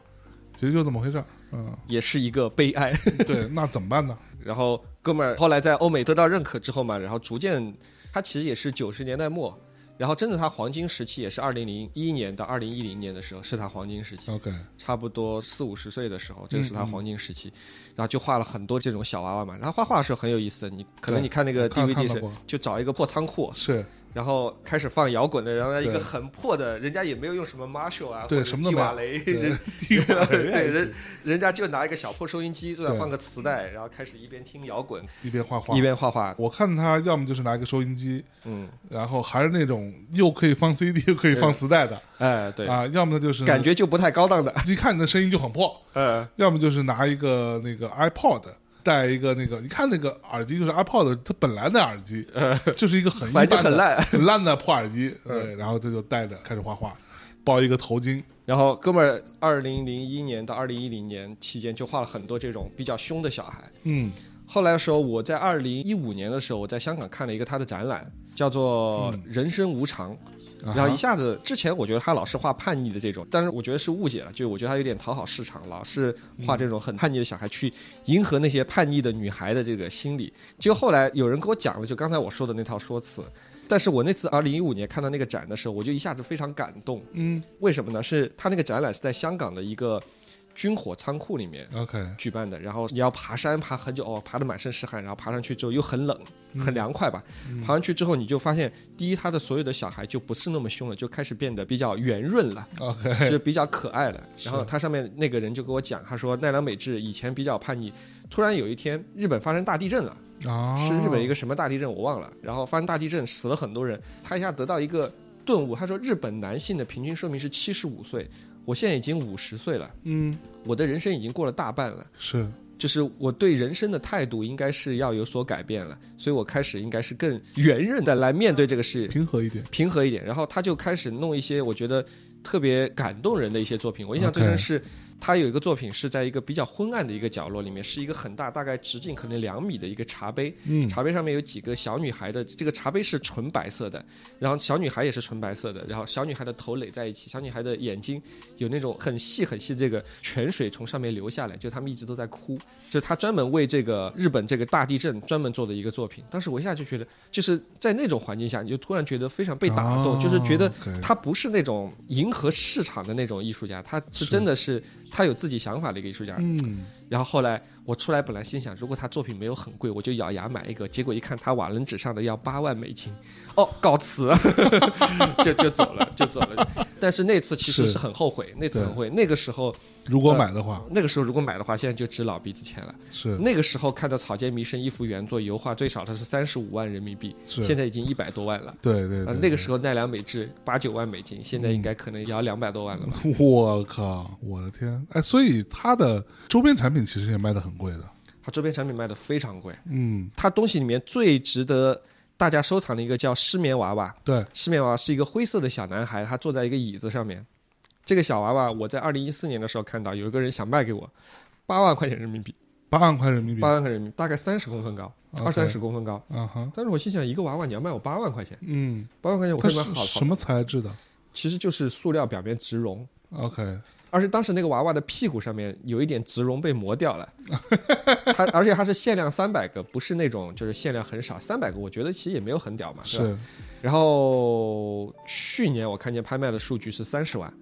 S1: 其实就这么回事儿。嗯，
S2: 也是一个悲哀。
S1: 对， 那怎么办呢？
S2: 然后哥们儿后来在欧美得到认可之后嘛，然后逐渐，他其实也是九十年代末，然后真的他黄金时期也是二零零一年到二零一零年的时候是他黄金时期，
S1: OK，
S2: 差不多四五十岁的时候，这个是他黄金时期，然后就画了很多这种小娃娃嘛。然后画画的时候很有意思，你可能
S1: 对
S2: 你看那个
S1: 我看
S2: DVD
S1: 看到
S2: 是
S1: 过
S2: 就找一个破仓库，
S1: 是
S2: 然后开始放摇滚的，然后一个
S1: 对
S2: 很破的，人家也没有用什么 Marshall 啊，
S1: 对
S2: 或者
S1: 什么都
S2: 迪
S1: 没有
S2: 瓦雷，
S1: 对
S2: 人
S1: 地板
S2: 对人人家就拿一个小破收音机，就在
S1: 对
S2: 放个磁带，然后开始一边听摇滚
S1: 一边画画
S2: 一。边画画，
S1: 我看他要么就是拿一个收音机，
S2: 嗯，
S1: 然后还是那种又可以 放 CD 又可以放磁带的
S2: 哎，对，
S1: 啊，要么他就是嗯
S2: 感觉就不太高档的，
S1: 一看你的声音就很破，
S2: 呃，
S1: 要么就是拿一个那个 iPod。带一个那个，你看那个耳机就是 iPod，它本来的耳机、就是一个很一
S2: 呃反
S1: 般的
S2: 正就很烂。 嗯
S1: 很烂的破耳 机，对，然后他就戴着开始画画，包一个头巾，
S2: 然后哥们儿，二零零一年到二零一零年期间就画了很多这种比较凶的小孩。
S1: 嗯，
S2: 后来的时候，我在二零一五年的时候，我在香港看了一个他的展览，叫做
S1: 嗯
S2: 《人生无常》，
S1: 啊哈
S2: 然后一下子之前我觉得他老是画叛逆的这种，但是我觉得是误解了，就我觉得他有点讨好市场，老是画这种很叛逆的小孩去迎合那些叛逆的女孩的这个心理。就后来有人给我讲了，就刚才我说的那套说辞。但是我那次二零一五年看到那个展的时候，我就一下子非常感动。
S1: 嗯
S2: 为什么呢？是他那个展览是在香港的一个军火仓库里面，
S1: ，OK，
S2: 举办的，然后你要爬山爬很久，哦，爬得满身是汗，然后爬上去之后又很冷，很凉快吧。爬上去之后，你就发现，第一，他的所有的小孩就不是那么凶了，就开始变得比较圆润了。
S1: OK，
S2: 就比较可爱了。然后他上面那个人就跟我讲，他说奈良美智以前比较叛逆，突然有一天日本发生大地震了，
S1: 啊，
S2: 是日本一个什么大地震我忘了，然后发生大地震死了很多人，他一下得到一个顿悟，他说日本男性的平均寿命是七十五岁，我现在已经五十岁了，
S1: 嗯，
S2: 我的人生已经过了大半了。
S1: 是
S2: 就是我对人生的态度应该是要有所改变了，所以我开始应该是更圆润的来面对这个事，
S1: 平和一点，
S2: 平和一点。然后他就开始弄一些我觉得特别感动人的一些作品。我印象最
S1: OK
S2: 深是他有一个作品是在一个比较昏暗的一个角落里面，是一个很大，大概直径可能两米的一个茶杯，
S1: 嗯
S2: 茶杯上面有几个小女孩的，这个茶杯是纯白色的，然后小女孩也是纯白色的，然后小女孩的头垒在一起，小女孩的眼睛有那种很细很细的这个泉水从上面流下来，就他们一直都在哭，就他专门为这个日本这个大地震专门做的一个作品。当时我一下就觉得，就是在那种环境下，你就突然觉得非常被打动，
S1: 哦
S2: 就是觉得
S1: OK
S2: 他不是那种迎合市场的那种艺术家，他是真的是他有自己想法的一个艺术家，
S1: 嗯，
S2: 然后后来我出来本来心想，如果他作品没有很贵，我就咬牙买一个。结果一看他瓦楞纸上的要八万美金，哦，告辞， 就就走了，就走了。但是那次其实
S1: 是
S2: 是很后悔，那次很后悔。那个时候，
S1: 如果买的话
S2: 那个时候如果买的话，现在就值老鼻子钱了。
S1: 是
S2: 那个时候看到草间弥生一幅原作油画，最少它是三十五万人民币，
S1: 是
S2: 现在已经一百多万了。
S1: 对对
S2: 呃
S1: 对，
S2: 那个时候奈良美智八九万美金，现在应该可能也要两百多万了吧。
S1: 我靠，我的天！哎，所以它的周边产品其实也卖的很贵的。
S2: 它周边产品卖的非常贵，
S1: 嗯，
S2: 它东西里面最值得大家收藏的一个叫失眠娃娃。
S1: 对，
S2: 失眠娃娃是一个灰色的小男孩，他坐在一个椅子上面。这个小娃娃，我在二零一四年的时候看到，有一个人想卖给我，八万块钱人民币，
S1: 八万块人民币
S2: 八。万块人民币，大概三十公分高，
S1: OK
S2: 二三十公分高。
S1: 啊哈，
S2: 但是我心想，一个娃娃你要卖我八万块钱，
S1: 嗯，
S2: 八万块钱我
S1: 它
S2: 会买
S1: 是
S2: 好
S1: 什
S2: 好，
S1: 么材质的
S2: 其实就是塑料表面植绒，
S1: ？OK，
S2: 而且当时那个娃娃的屁股上面有一点植绒被磨掉了， 它而且它是限量三百个，不是那种就是限量很少，三百个我觉得其实也没有很屌嘛，吧
S1: 是
S2: 然后去年我看见拍卖的数据是三十万，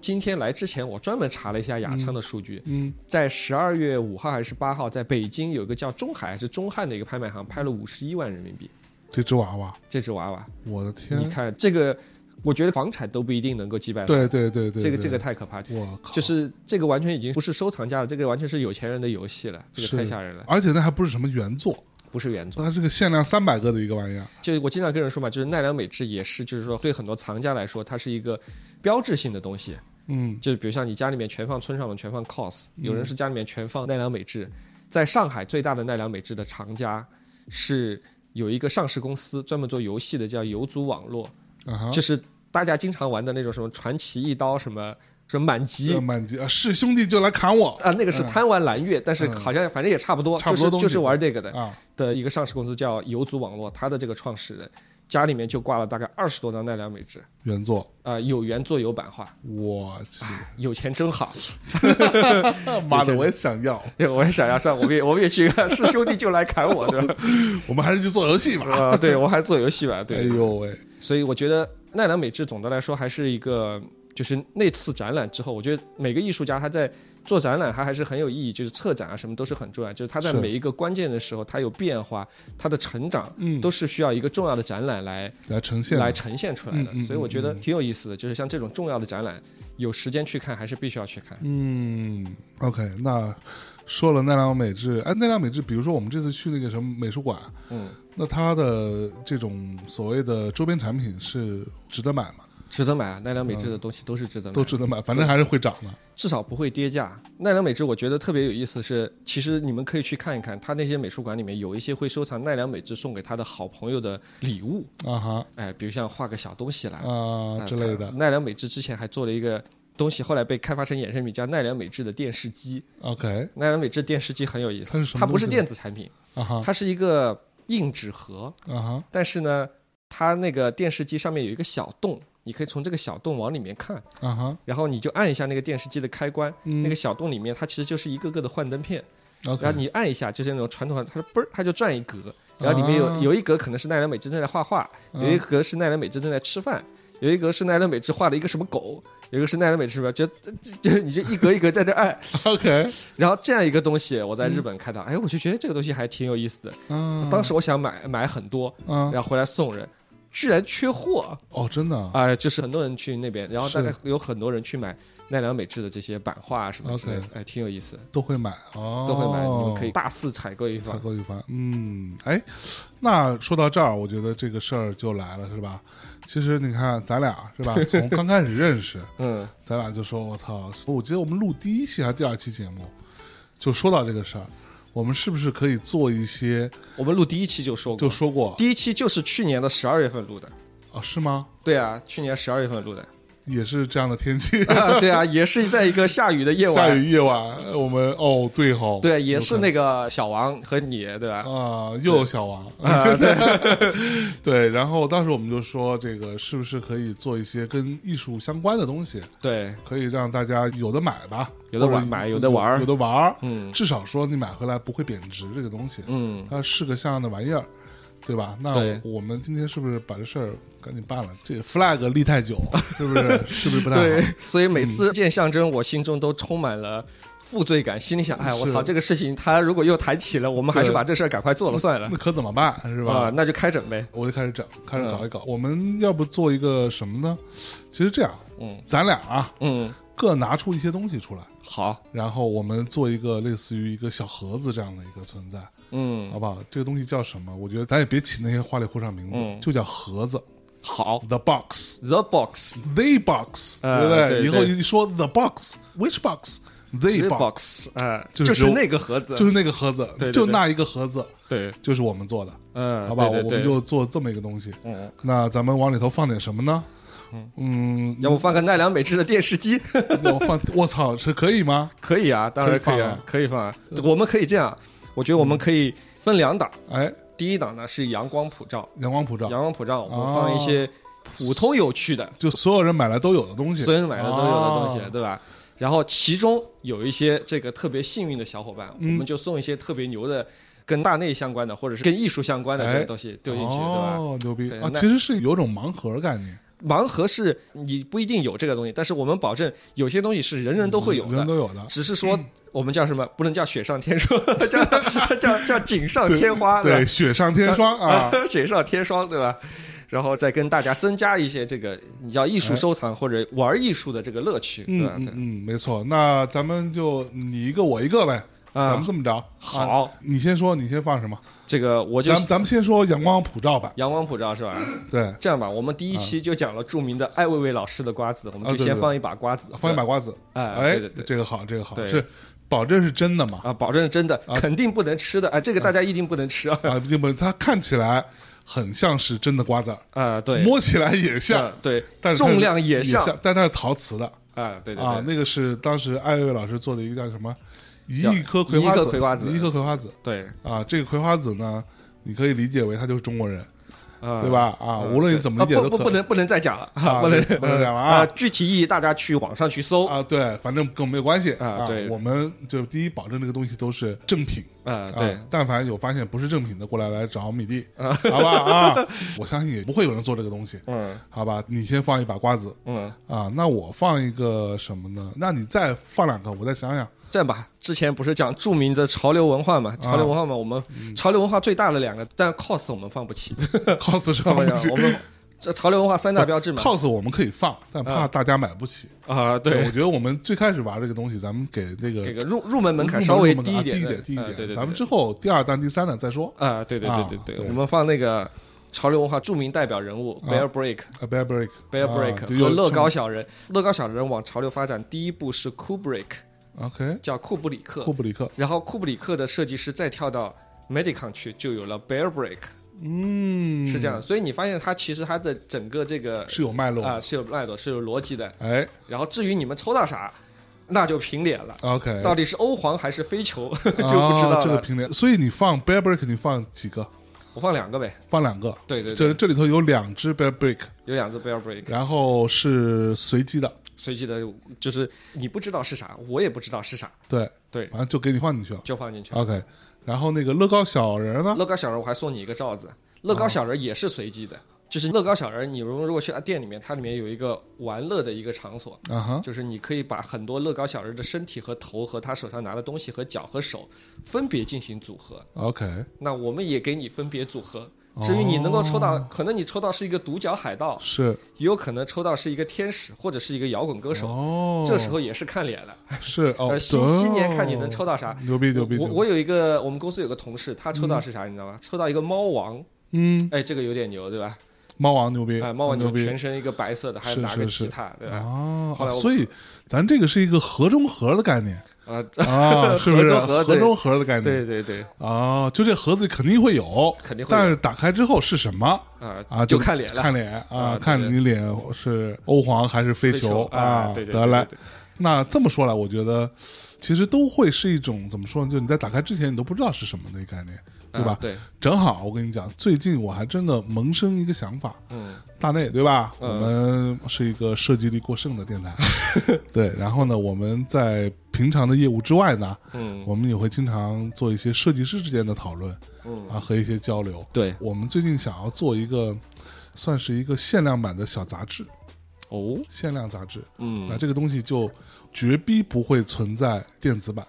S2: 今天来之前我专门查了一下雅昌的数据，
S1: 嗯
S2: 在十二月五号还是八号，在北京有一个叫中海还是中汉的一个拍卖行拍了五十一万人民币
S1: 这只娃娃，
S2: 这只娃娃，
S1: 我的
S2: 你
S1: 天！
S2: 看这个，我觉得房产都不一定能够击败它，
S1: 对对对对，
S2: 这个这
S1: 对
S2: 个，太可怕，
S1: 我靠，
S2: 就是这个完全已经不是收藏家了，这个完全是有钱人的游戏了，这个
S1: 是
S2: 太吓人了，
S1: 而且那还不是什么原作，
S2: 不是原作。
S1: 它是个限量三百个的一个玩意儿。
S2: 就是我经常跟人说嘛，就是奈良美智也是，就是说对很多藏家来说，它是一个标志性的东西。
S1: 嗯，
S2: 就是比如像你家里面全放村上隆，全放 cos，有人是家里面全放奈良美智。在上海最大的奈良美智的藏家是有一个上市公司专门做游戏的，叫游族网络，
S1: 啊哈，
S2: 就是大家经常玩的那种什么传奇一刀什么什么满级
S1: 这满级啊，是兄弟就来砍我
S2: 啊，那个是贪玩蓝月，但是
S1: 嗯
S2: 好像反正也差不多，
S1: 差不多
S2: 就
S1: 东
S2: 是
S1: 西
S2: 就是玩这个的
S1: 啊！
S2: 的一个上市公司叫游族网络，它的这个创始人家里面就挂了大概二十多张奈良美智，
S1: 原作，
S2: 啊、有原作有版画，
S1: 我 去，
S2: 有钱真好。
S1: 妈的，我也想要，
S2: 对，我也想要上，我们也我们也去 看，是兄弟就来砍我，对吧？
S1: 我们还 是去做游戏吧。
S2: 啊、 对我还做游戏吧，
S1: 哎
S2: 对，
S1: 呦喂，
S2: 所以我觉得奈良美智总的来说还是一个，就是那次展览之后，我觉得每个艺术家他在做展览，他还是很有意义，就是策展啊什么都是很重要，就是他在
S1: 是
S2: 每一个关键的时候，他有变化，他的成长，
S1: 嗯
S2: 都是需要一个重要的展览来
S1: 来呈现吧
S2: 来呈现出来的
S1: 嗯嗯，嗯
S2: 所以我觉得挺有意思的，就是像这种重要的展览，有时间去看还是必须要去看。
S1: 嗯，OK，那说了奈良美智，哎，奈良美智，比如说我们这次去那个什么美术馆，
S2: 嗯，
S1: 那它的这种所谓的周边产品是值得买吗？
S2: 值得买啊，奈良美智
S1: 嗯
S2: 的东西都是值得买的
S1: 都。值得买，反正还是会涨的。
S2: 至少不会跌价。奈良美智我觉得特别有意思是，其实你们可以去看一看，他那些美术馆里面有一些会收藏奈良美智送给他的好朋友的礼物，
S1: 啊哈
S2: 哎，比如像画个小东西来、
S1: 啊
S2: 哎
S1: 之类的
S2: 他奈良美智之前还做了一个东西，后来被开发成衍生品，叫奈良美智的电视机。
S1: ，OK
S2: 奈良美智电视机很有意
S1: 它
S2: 思
S1: 是什，么
S2: 它不是
S1: 东西
S2: 电子产品，
S1: 啊哈
S2: 它是一个硬纸盒，
S1: 啊哈
S2: 但是呢，它那个电视机上面有一个小洞，你可以从这个小洞往里面看，
S1: 啊哈
S2: 然后你就按一下那个电视机的开关，
S1: 嗯
S2: 那个小洞里面它其实就是一个个的幻灯片，
S1: ，OK，
S2: 然后你按一下就是那种传统的，它就嘣儿它就转一格，然后里面
S1: 啊
S2: 有有一格可能是奈良美智正在画画，有一格是奈良美智正在吃饭，有一格是奈良美智画了一个什么狗，有一个是奈良美智什么，就就就你就一格一格在这按，
S1: OK，
S2: 然后这样一个东西我在日本看到，哎，我就觉得这个东西还挺有意思的，
S1: 嗯，
S2: 当时我想买买很多，
S1: 嗯，
S2: 然后回来送人，居然缺货。
S1: 哦，真的啊
S2: 啊、就是很多人去那边，然后大
S1: 是
S2: 概有很多人去买奈良美智的这些版画啊什么之类的
S1: OK
S2: 哎，挺有意思，
S1: 都会买哦，
S2: 都会买，你们可以大肆采购一番
S1: 采。购一番。嗯，哎，那说到这儿，我觉得这个事儿就来了，是吧？其实你看，咱俩是 吧？从刚开始认识，
S2: 嗯，
S1: 咱俩就说，我操！我记得我们录第一期还是第二期节目，就说到这个事儿，我们是不是可以做一些？
S2: 我们录第一期就说过，
S1: 就说过
S2: 第一期就是去年的十二月份录的。
S1: 啊，是吗？
S2: 对啊，去年十二月份 录的。
S1: 也是这样的天 气，
S2: 啊对啊，也是在一个下雨的夜晚。
S1: 下雨夜晚，我们哦，对吼，
S2: 对，也是那个小王和你，对吧？
S1: 啊、又有小王，
S2: 啊
S1: 对然后当时我们就说，这个是不是可以做一些跟艺术相关的东西，
S2: 对，
S1: 可以让大家有的买吧，
S2: 有的玩
S1: 或者
S2: 买有的玩儿
S1: 有的玩儿，
S2: 嗯
S1: 至少说你买回来不会贬值这个东西，
S2: 嗯，
S1: 它是个像样的玩意儿，对吧？那
S2: 对
S1: 我们今天是不是把这事儿赶紧办了？这 flag 立太 久，是不是？是不是不太
S2: 对
S1: 好？，
S2: 所以每次见象征，我心中都充满了。负罪感，心里想，哎，我操，这个事情他如果又谈起了，我们还是
S1: 对
S2: 把这事儿赶快做了算了
S1: 那可怎么办？是吧？
S2: 啊、那就开整呗。
S1: 我就开始整，开始
S2: 嗯
S1: 搞一搞。我们要不做一个什么呢？其实这样，
S2: 嗯
S1: 咱俩啊，
S2: 嗯，
S1: 各拿出一些东西出来，
S2: 好，
S1: 然后我们做一个类似于一个小盒子这样的一个存在，
S2: 嗯，
S1: 好不好？这个东西叫什么？我觉得咱也别起那些花里胡哨名字，
S2: 嗯
S1: 就叫盒子
S2: 好
S1: ，the box。
S2: ，The Box
S1: The box，、
S2: 啊
S1: 对不
S2: 对
S1: 以后
S2: 对
S1: 一说 the box，which box，the
S2: The
S1: box，
S2: Box，哎，
S1: 就
S2: 就是是那个盒子，
S1: 就是那个盒子，
S2: 对对
S1: 就那一个盒子，
S2: 对，
S1: 就是我们做的，
S2: 嗯，
S1: 好吧？
S2: 对对对
S1: 我们就做这么一个东西。
S2: 嗯
S1: 那咱们往里头放点什么呢？ 嗯，
S2: 要不放个奈良美智的电视机？
S1: 我放，我操，是可以吗？
S2: 可以啊，当然可以啊，可以放啊。我们可以这样，我觉得我们可以分两档，
S1: 哎，
S2: 第一档呢是阳光普照，
S1: 阳光普照，
S2: 阳光普照我们放一些普通有趣的，
S1: 就所有人买来都有的东西，
S2: 所有人买的都有的东西，
S1: 啊
S2: 对吧？然后其中有一些这个特别幸运的小伙伴，我
S1: 嗯
S2: 们就送一些特别牛的，跟大内相关的或者是跟艺术相关的这
S1: 哎
S2: 些东西丢进去，对吧？
S1: 哦，牛逼
S2: 对
S1: 啊！
S2: 那
S1: 其实是有种盲盒概念，
S2: 盲盒是你不一定有这个东西，但是我们保证有些东西是人人都会有
S1: 人
S2: 的，
S1: 都有的。嗯
S2: 只是说我们叫什么，不能叫雪上天霜， 叫叫叫锦上添花，
S1: 啊对，雪上添霜啊
S2: 吧，， 雪上添霜，对吧？然后再跟大家增加一些这个你叫艺术收藏或者玩艺术的这个乐趣，对
S1: 嗯
S2: 吧？
S1: 哎嗯
S2: 对，
S1: 嗯，没错。那咱们就你一个我一个呗，
S2: 啊
S1: 咱们这么着。啊，
S2: 好，
S1: 你先说，你先放什么？
S2: 这个我就
S1: 咱们咱们先说阳光普照吧。
S2: 阳光普照是吧？
S1: 对，
S2: 这样吧，我们第一期就讲了著名的艾未未老师的瓜子，
S1: 啊
S2: 我们就
S1: 对对
S2: 先
S1: 对
S2: 放一把瓜子，
S1: 放一把瓜子。
S2: 哎
S1: 哎
S2: 对对，对
S1: 这个好，这个好，
S2: 对
S1: 是保证是真的嘛？
S2: 啊，保证真的肯定不能吃的，哎，这个大家一定不能 吃啊，
S1: 啊，要不它看起来很像是真的瓜子儿，
S2: 啊，对，
S1: 摸起来也像
S2: 啊，对
S1: 但，是它是
S2: 重量
S1: 也
S2: 也像，
S1: 但它是陶瓷的。
S2: 啊，对对
S1: 啊，
S2: 对
S1: 那个是当时艾薇薇老师做的一个叫什么“一
S2: 叫
S1: 亿颗葵花
S2: 一亿
S1: 籽”，
S2: 颗葵花籽
S1: 一亿颗葵花籽
S2: 对，
S1: 啊。这个葵花籽呢，你可以理解为他就是中国人，
S2: 啊
S1: 对？吧？啊，无论你怎么理解
S2: 啊
S1: 都
S2: 不不
S1: 可
S2: 不能不能再讲了，
S1: 啊
S2: 不能嗯
S1: 对不能讲了啊
S2: 具体意义大家去网上去搜啊
S1: 啊，对，反正跟我们没有关系
S2: 啊对
S1: 我们就第一保证这个东西都是正品。
S2: 对
S1: 啊，但凡有发现不是正品的，过来来找米蒂，好 吧啊！我相信也不会有人做这个东西，
S2: 嗯
S1: 好吧？你先放一把瓜子
S2: 嗯，
S1: 啊，那我放一个什么呢？那你再放两个，我再 想想。
S2: 这样吧，之前不是讲著名的潮流文化
S1: 啊
S2: 嘛？潮流文化嘛，我们
S1: 嗯
S2: 潮流文化最大的两个，但 cos 我们放不起，
S1: cos 是放不起
S2: 我，们 这潮流文化三大标志嘛
S1: cos 我们可以放，但怕大家买不起。
S2: 啊，
S1: 我，觉得我们最开始玩这个东西，咱们给那个
S2: 这个入入门门槛
S1: 入
S2: 稍微
S1: 门
S2: 低
S1: 槛啊
S2: 点
S1: 低一
S2: 的，
S1: 点，低一
S2: 啊
S1: 点。
S2: 对对，
S1: 咱们
S2: 对
S1: 之后第二弹、第三弹再说。
S2: 啊，对对
S1: 啊
S2: 对对
S1: 对
S2: 对，我们放那个潮流文化著名代表人物 Bear Break。
S1: A bear break,
S2: Bear
S1: 啊
S2: Break
S1: 就
S2: 和乐
S1: 有
S2: 高小人，乐高小人往潮流发展，第一步是 Kubrick，
S1: OK，
S2: 叫库布里克
S1: 库，布里克，
S2: 然后库布里克的设计师再跳到 Medicon 去，就有了 Bear Break，
S1: 嗯，
S2: 是这样的。所以你发现它其实它的整个这个
S1: 是有脉络
S2: 啊
S1: 的。
S2: 是有脉络，是有逻辑的。
S1: 哎
S2: 然后至于你们抽到啥，那就凭脸了，
S1: ，OK，
S2: 到底是欧皇还是飞球 就不
S1: 啊
S2: 知道
S1: 哎这个
S2: 了。
S1: 评论。所以你放 bear break，你放几个？
S2: 我放两个呗，
S1: 放两个，
S2: 对对
S1: 这
S2: 对，
S1: 这里头有两只 Bear Brick，
S2: 有两只 bear break，
S1: 然后是随机的，
S2: 随机的，就是你不知道是啥，我也不知道是啥，
S1: 对
S2: 对
S1: 反正就给你放进去了。
S2: 就放进去了。
S1: OK，然后那个乐高小人呢？
S2: 乐高小人我还送你一个罩子，乐高小人也是随机的，
S1: 啊
S2: 就是乐高小人，你如如果去店里面，它里面有一个玩乐的一个场所，
S1: 啊哈，
S2: 就是你可以把很多乐高小人的身体和头和他手上拿的东西和脚和手分别进行组合。
S1: OK，
S2: 那我们也给你分别组合
S1: 哦。
S2: 至于你能够抽到，可能你抽到是一个独角海盗，
S1: 是
S2: 也有可能抽到是一个天使或者是一个摇滚歌手。
S1: 哦，
S2: 这时候也是看脸了。
S1: 是哦，
S2: 呃，新
S1: 得
S2: 新年看你能抽到啥。
S1: 牛逼牛逼，
S2: 我
S1: 牛逼
S2: 我有一个我们公司有个同事，他抽到是啥，你知道吗？抽到一个猫王，
S1: 嗯，
S2: 哎，这个有点牛，对吧？
S1: 猫王牛逼，
S2: 哎，猫王
S1: 牛
S2: 牛，
S1: 逼
S2: 全身一个白色的，还
S1: 是
S2: 拿个
S1: 是是
S2: 吉他，对吧？
S1: 哦
S2: 后来我
S1: 所以咱这个是一个盒中盒的概念
S2: 啊，
S1: 啊，是不是？
S2: 盒中盒对
S1: 盒中盒的概念，
S2: 对对对，
S1: 啊，就这盒子肯定会有，
S2: 肯定会有
S1: 但是打开之后是什么？
S2: 啊
S1: 啊，
S2: 就看脸了，
S1: 看脸啊，
S2: 啊
S1: 看
S2: 对
S1: 你脸是欧皇还是飞
S2: 飞
S1: 球
S2: 球
S1: 啊？
S2: 对对
S1: 得
S2: 对
S1: 嘞
S2: 对对，
S1: 那这么说来，我觉得其实都会是一种怎么说呢？就你在打开之前，你都不知道是什么的一个概念，对
S2: 啊
S1: 吧？
S2: 对，
S1: 正好我跟你讲，最近我还真的萌生一个想法，
S2: 嗯，
S1: 大内对吧？
S2: 嗯
S1: 我们是一个设计力过剩的电 台，对。然后呢，我们在平常的业务之外呢，
S2: 嗯，
S1: 我们也会经常做一些设计师之间的讨论，
S2: 嗯
S1: 啊，和一些交流。
S2: 对，
S1: 我们最近想要做一个，算是一个限量版的小杂志，
S2: 哦，
S1: 限量杂志。那
S2: 嗯
S1: 这个东西就绝逼不会存在电子版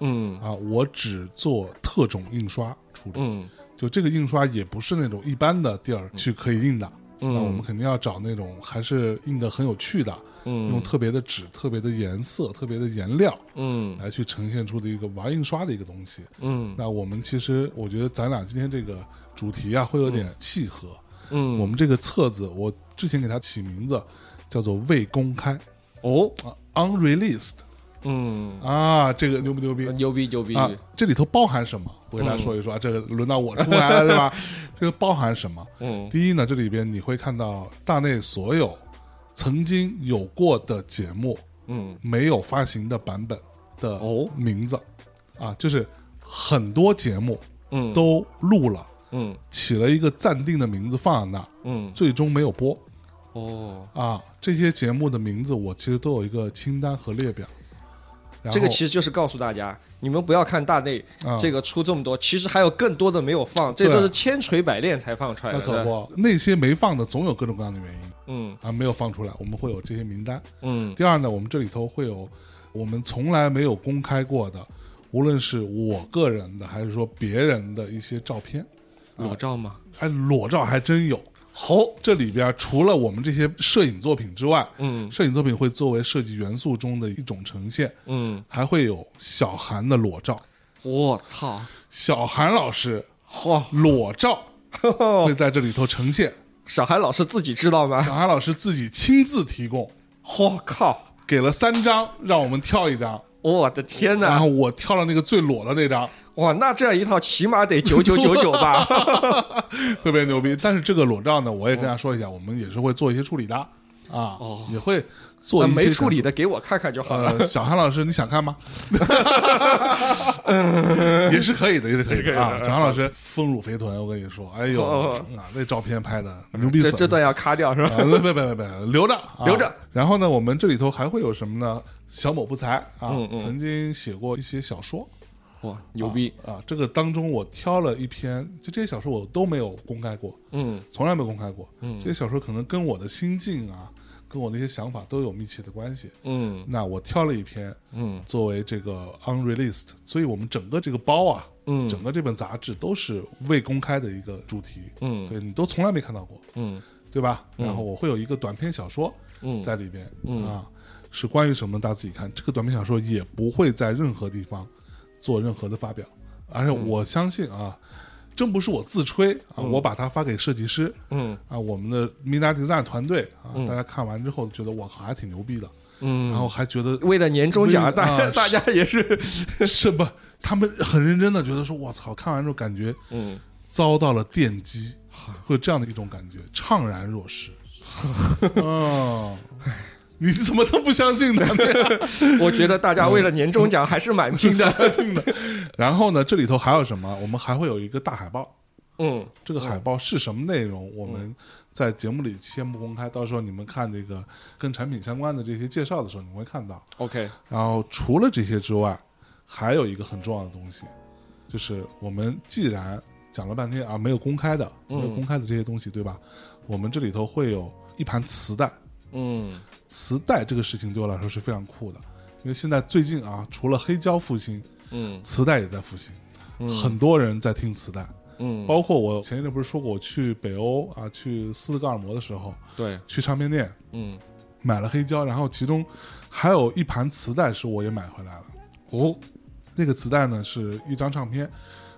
S2: 嗯
S1: 啊，我只做特种印刷处理。
S2: 嗯
S1: 就这个印刷也不是那种一般的地儿去可以印的，
S2: 嗯，
S1: 那我们肯定要找那种还是印的很有趣的，用
S2: 嗯
S1: 特别的纸、特别的颜色、特别的颜料
S2: 嗯
S1: 来去呈现出的一个玩印刷的一个东西。
S2: 嗯
S1: 那我们其实我觉得咱俩今天这个主题啊会有点契合。
S2: 嗯，
S1: 我们这个册子，我之前给它起名字叫做“未公开
S2: 哦，”
S1: 啊，unreleased
S2: 嗯，
S1: 啊，这个牛不牛逼？
S2: 牛逼牛逼，
S1: 啊，这里头包含什么？我
S2: 嗯
S1: 给大家说一说啊，这个轮到我出来了，对 吧？这个包含什么？
S2: 嗯
S1: 第一呢，这里边你会看到大内所有曾经有过的节目
S2: 嗯
S1: 没有发行的版本的
S2: 哦
S1: 名字、啊，就是很多节目
S2: 嗯
S1: 都录了，
S2: 嗯
S1: 起了一个暂定的名字放在那儿，
S2: 嗯，
S1: 最终没有播
S2: 哦，
S1: 啊。这些节目的名字我其实都有一个清单和列表。然后
S2: 这个其实就是告诉大家，你们不要看大内
S1: 啊
S2: 这个出这么多，其实还有更多的没有放，这
S1: 对
S2: 都是千锤百炼才放出来
S1: 那
S2: 的。
S1: 可
S2: 对吧
S1: 不，那些没放的总有各种各样的原因
S2: 嗯
S1: 啊，没有放出来，我们会有这些名单。
S2: 嗯
S1: 第二呢，我们这里头会有我们从来没有公开过的，无论是我个人的还是说别人的一些照片，
S2: 裸照吗？
S1: 哎，裸照还真有。
S2: 好，
S1: 这里边除了我们这些摄影作品之外，
S2: 嗯
S1: 摄影作品会作为设计元素中的一种呈现，
S2: 嗯，
S1: 还会有小韩的裸照，
S2: 我操，
S1: 小韩老师
S2: 嚯，
S1: 裸照会在这里头呈现，
S2: 小韩老师自己知道吗？
S1: 小韩老师自己亲自提供，
S2: 我靠，
S1: 给了三张让我们挑一张，
S2: 我的天
S1: 然
S2: 哪
S1: 后！我挑了那个最裸的那张。
S2: 哇，那这样一套起码得九九九九吧？
S1: 特别牛逼。但是这个裸照呢，我也跟大家说一下，我们也是会做一些处理的啊，也会做一些
S2: 哦没处理。的给我看看就好了。
S1: 呃，小韩老师，你想看 吗？也是可以的，也是可以的啊！小韩老师丰乳肥臀，我跟你说，哎呦
S2: 哦嗯
S1: 啊，那照片拍的牛逼死
S2: 这
S1: 了！
S2: 这段要卡掉是吧？
S1: 啊，别别别别，留着、啊、
S2: 留着。
S1: 然后呢，我们这里头还会有什么呢？小某不才啊，
S2: 嗯嗯
S1: 曾经写过一些小说，
S2: 哇，牛逼！
S1: 啊！这个当中我挑了一篇，就这些小说我都没有公开过，
S2: 嗯
S1: 从来没公开过。嗯，这些小说可能跟我的心境啊，跟我的一些想法都有密切的关系。
S2: 嗯
S1: 那我挑了一篇，
S2: 嗯，
S1: 作为这个 unreleased，所以我们整个这个包啊，
S2: 嗯
S1: 整个这本杂志都是未公开的一个主题，
S2: 嗯
S1: 对你都从来没看到过，
S2: 嗯
S1: 对吧？然后我会有一个短篇小说
S2: 嗯
S1: 在里边、啊，是关于什么？大家自己看。这个短篇小说也不会在任何地方做任何的发表，而且
S2: 嗯
S1: 我相信啊，真不是我自吹啊，我把它发给设计师
S2: 嗯
S1: 啊，我们的 Mina Design 团队啊，大家看完之后觉得我靠还挺牛逼的，然
S2: 嗯，
S1: 后还觉得
S2: 为了年终
S1: 为
S2: 奖，
S1: 了
S2: 大
S1: 啊
S2: 大家也是，
S1: 是不？他们很认真的觉得说，我操，看完之后感觉
S2: 嗯，
S1: 遭到了电击，会有这样的一种感觉，怅然若失。嗯，你怎么都不相信呢？
S2: 我觉得大家为了年终奖还是蛮拼的。
S1: 然后呢，这里头还有什么？我们还会有一个大海报，
S2: 嗯，
S1: 这个海报是什么内容，我们在节目里先不公开，到时候你们看这个跟产品相关的这些介绍的时候，你们会看到。
S2: OK，
S1: 然后除了这些之外，还有一个很重要的东西，就是我们既然讲了半天啊，没有公开的，没有公开的这些东西，对吧？我们这里头会有一盘磁带，
S2: 嗯
S1: 磁带这个事情对我来说是非常酷的，因为现在最近啊，除了黑胶复兴，
S2: 嗯
S1: 磁带也在复兴，很多人在听磁带。
S2: 嗯，
S1: 包括我前一阵不是说过，我去北欧啊，去斯德哥尔摩的时候，
S2: 对，
S1: 去唱片店
S2: 嗯，
S1: 买了黑胶，然后其中还有一盘磁带是我也买回来了。
S2: 哦，
S1: 那个磁带呢是一张唱片，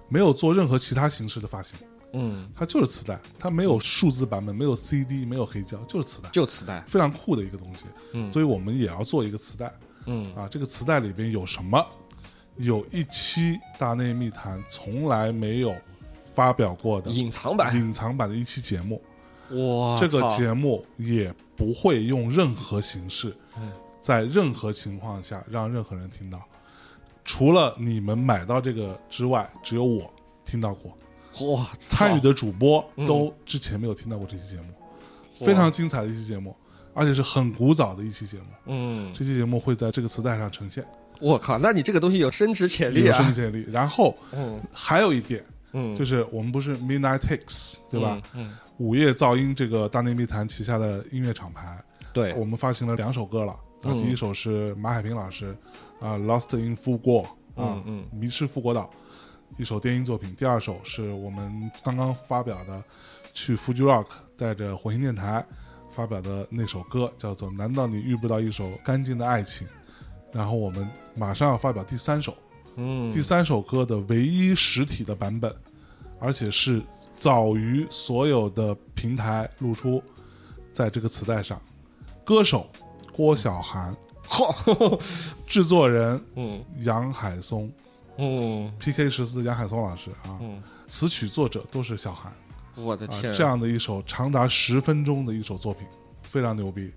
S1: 没有做任何其他形式的发行，
S2: 嗯，
S1: 它就是磁带，它没有数字版本，没有 CD，没有黑胶，就是磁带，
S2: 就磁带，
S1: 非常酷的一个东西。
S2: 嗯
S1: 所以我们也要做一个磁带
S2: 嗯
S1: 啊，这个磁带里边有什么？有一期《大内密谈》从来没有发表过的
S2: 隐藏版，
S1: 隐藏版的一期节目，
S2: 哇，
S1: 这个
S2: 啊操
S1: 节目也不会用任何形式，
S2: 嗯
S1: 在任何情况下让任何人听到，除了你们买到这个之外，只有我听到过，
S2: 哇，
S1: 参与
S2: 的
S1: 的主播都
S2: 嗯
S1: 之前没有听到过这期节目，非常精彩的一期节目，而且是很古早的一期节目。
S2: 嗯，
S1: 这期节目会在这个磁带上呈现，
S2: 我靠，那你这个东西有升值潜力
S1: 有
S2: 啊
S1: 生，命潜力。然后
S2: 嗯
S1: 还有一点，
S2: 嗯，
S1: 就是我们不是 Midnight Takes 对吧？
S2: 嗯？嗯，
S1: 午夜噪音这个大内密谈旗下的音乐厂牌，
S2: 对，
S1: 我们发行了两首歌了，啊，
S2: 嗯
S1: 第一首是马海平老师啊，《Lost in 富国》啊，
S2: 嗯
S1: 迷失富国岛》一首电音作品，第二首是我们刚刚发表的，去 Fuji Rock 带着火星电台发表的那首歌，叫做《难道你遇不到一首干净的爱情》，然后我们马上要发表第三首，
S2: 嗯，
S1: 第三首歌的唯一实体的版本，而且是早于所有的平台露出，在这个磁带上，歌手郭晓 涵，
S2: 好，
S1: 制作人
S2: 嗯
S1: 杨海松
S2: 嗯，
S1: ，PK 十四的杨海松老师啊，词曲作者都是小韩
S2: 我的
S1: 啊，
S2: 天，
S1: 这样的一首长达十分钟的一首作品，非常牛逼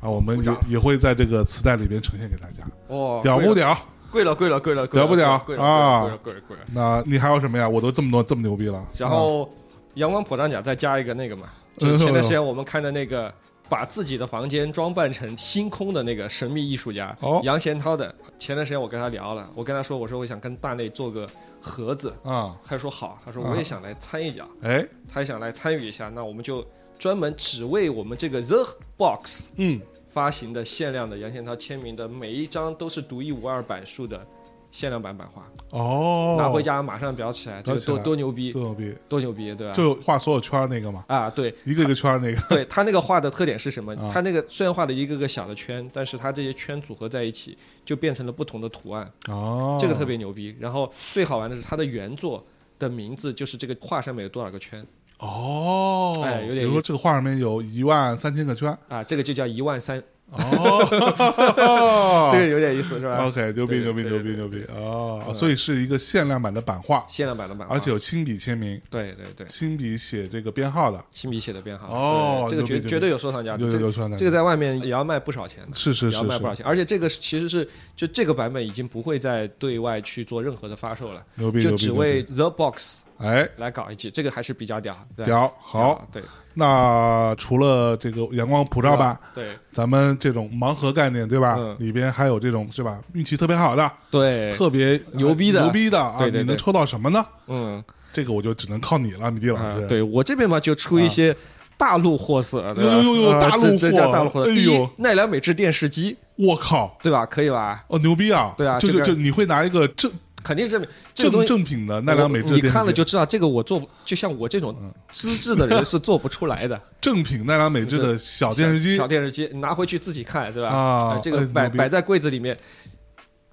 S1: 啊！我们也也会在这个磁带里边呈现给大家，
S2: 哇，
S1: 屌不屌？
S2: 贵了？贵了，贵了，贵
S1: 屌
S2: 了，贵
S1: 不屌
S2: 贵了，
S1: 啊
S2: 贵了，贵了，贵了。
S1: 那你还有什么呀？我都这么多这么牛逼了，
S2: 然后阳光普照奖再加一个那个嘛，
S1: 嗯
S2: 就是前段时间我们看的那个，把自己的房间装扮成星空的那个神秘艺术家、
S1: 哦
S2: 杨贤涛的。前段时间我跟他聊了，我跟他说，我说我想跟大内做个盒子，
S1: 啊，
S2: 他说好，他说我也想来参一脚，
S1: 哎，
S2: 他也想来参与一下，那我们就专门只为我们这个 The Box
S1: 嗯。
S2: 发行的限量的杨贤涛签名的每一张都是独一无二版数的限量版版画，
S1: 哦，
S2: 拿回家马上裱起来，这个
S1: 裱起来
S2: 多多牛逼，
S1: 多牛逼！
S2: 多牛逼，对吧？
S1: 就画所有圈儿那个嘛，
S2: 啊，对，
S1: 一个一个圈儿那 个。
S2: 对他那个画的特点是什么
S1: 啊？
S2: 他那个虽然画了一个个小的圈，但是他这些圈组合在一起，就变成了不同的图案，
S1: 哦，
S2: 啊这个特别牛逼。然后最好玩的是他的原作的名字就是这个画上面有多少个圈
S1: 哦，
S2: 哎有点
S1: 比如说这个画上面有一万三千个圈。
S2: 啊，这个就叫一万三，
S1: 哦，
S2: 这个有点意思是 吧？
S1: OK，牛逼
S2: 对
S1: 牛逼
S2: 对
S1: 牛
S2: 对嗯
S1: 逼牛逼哦！所以是一个限量版的版画，
S2: 限量版的版画，
S1: 而且有亲笔签名，
S2: 对对对，
S1: 亲笔写这个编号的，
S2: 亲笔写的编号
S1: 哦
S2: 对
S1: 牛
S2: 这个
S1: 逼
S2: 绝
S1: 牛逼
S2: 绝对有收藏价值，
S1: 有
S2: 这
S1: 有有
S2: 个
S1: 收藏价值
S2: 这个在外面也要卖不少钱的。
S1: 是是
S2: 也要
S1: 是
S2: 卖不少
S1: 是，
S2: 钱，而且这个其实是就这个版本已经不会再对外去做任何的发售了，
S1: 牛逼
S2: 就
S1: 牛逼
S2: 只
S1: 牛
S2: 为
S1: 逼！
S2: The Box
S1: 哎，
S2: 来搞一季，这个还是比较屌。对啊
S1: 屌好！，
S2: 对，
S1: 那除了这个阳光普照版，
S2: 对
S1: 咱们这种盲盒概念对吧？
S2: 嗯
S1: 里边还有这种是吧？运气特别好的，
S2: 对，
S1: 特别呃
S2: 牛逼的
S1: 牛逼的啊！
S2: 对对
S1: 你能
S2: 对
S1: 抽到什么呢？
S2: 嗯
S1: 这个我就只能靠你了，米迪老
S2: 啊
S1: 师。，
S2: 对我这边嘛就出一
S1: 啊
S2: 些大陆货色，对
S1: 呦
S2: 吧
S1: 呦呦
S2: 啊
S1: 大陆
S2: 这这
S1: 货
S2: 叫大陆货色。
S1: 哎呦
S2: 第一，奈良美智电视机，
S1: 我靠，
S2: 对吧？可以吧？
S1: 哦，牛逼啊！
S2: 对啊
S1: 就
S2: 这
S1: 就
S2: 个
S1: 就你会拿一个正
S2: 肯定是这个东
S1: 正正
S2: 西。
S1: 品的奈良美智
S2: 你
S1: 电视
S2: 看了
S1: 机，
S2: 就知道，这个我做不，就像我这种资质的人是做不出来的。
S1: 正品奈良美智的嗯小电视机
S2: 小，电视机拿回去自己看，对吧？
S1: 啊
S2: 哎这
S1: 哎
S2: 个摆
S1: 牛逼
S2: 摆在柜子里面，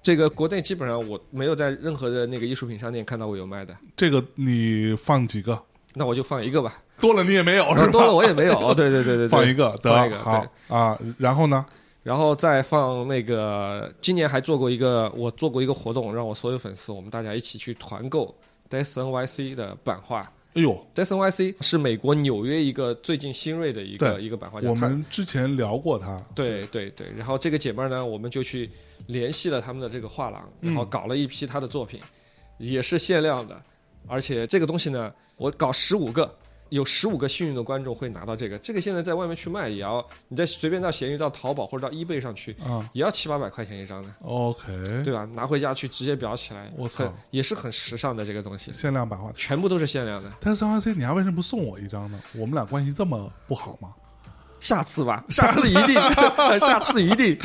S2: 这个国内基本上我没有在任何的那个艺术品商店看到过有卖的。
S1: 这个你放几个？
S2: 那我就放一个吧，
S1: 啊多了你也没有是吧？
S2: 哦多了我也没有。 对对对对对，
S1: 放一个
S2: 放一
S1: 得
S2: 个
S1: 好啊，然后呢？
S2: 然后再放那个，今年还做过一个，我做过一个活动，让我所有粉丝我们大家一起去团购 Death NYC 的版画。
S1: 哎呦，
S2: Death NYC 是美国纽约一个最近新锐的一个
S1: 对
S2: 一个版画家，
S1: 我
S2: 他
S1: 们之前聊过它，
S2: 对对对。然后这个姐妹儿呢，我们就去联系了他们的这个嗯画廊，然后搞了一批她的作品，也是限量的，而且这个东西呢，我搞十五个，有十五个幸运的观众会拿到这个。这个现在在外面去卖也要，你再随便到闲鱼、到淘宝或者到 eBay 上去，
S1: 啊
S2: 也要七八百块钱一张的，
S1: ，OK，
S2: 对吧？拿回家去直接裱起来，
S1: 我操
S2: 很也是很时尚的这个东西，
S1: 限量版画。
S2: 全部都是限量的。
S1: 但是三花 C，你还为什么不送我一张呢？我们俩关系这么不好吗？
S2: 下次吧，下次一定， 下次一 定，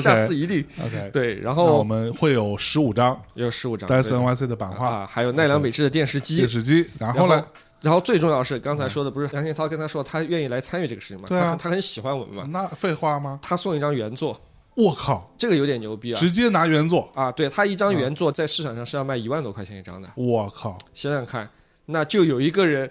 S2: 下次一定。
S1: OK，
S2: 对，然
S1: 那我
S2: 后
S1: 们会有十五张
S2: 有十五张哦对
S1: Dyson YC 的版画
S2: 啊，还有奈良美智的电视机
S1: 电，视机，然
S2: 然
S1: 后呢？？
S2: 然后最重要的是，刚才说的不是杨建涛跟他说他愿意来参与这个事情嘛？
S1: 对啊
S2: 他他很喜欢我们嘛？
S1: 那废话吗？
S2: 他送一张原作，
S1: 我靠，
S2: 这个有点牛逼啊！
S1: 直嗯接拿原作，
S2: 啊，对他一张原作在市场上是要卖一万多块钱一张的，
S1: 我靠，
S2: 想想看，那就有一个人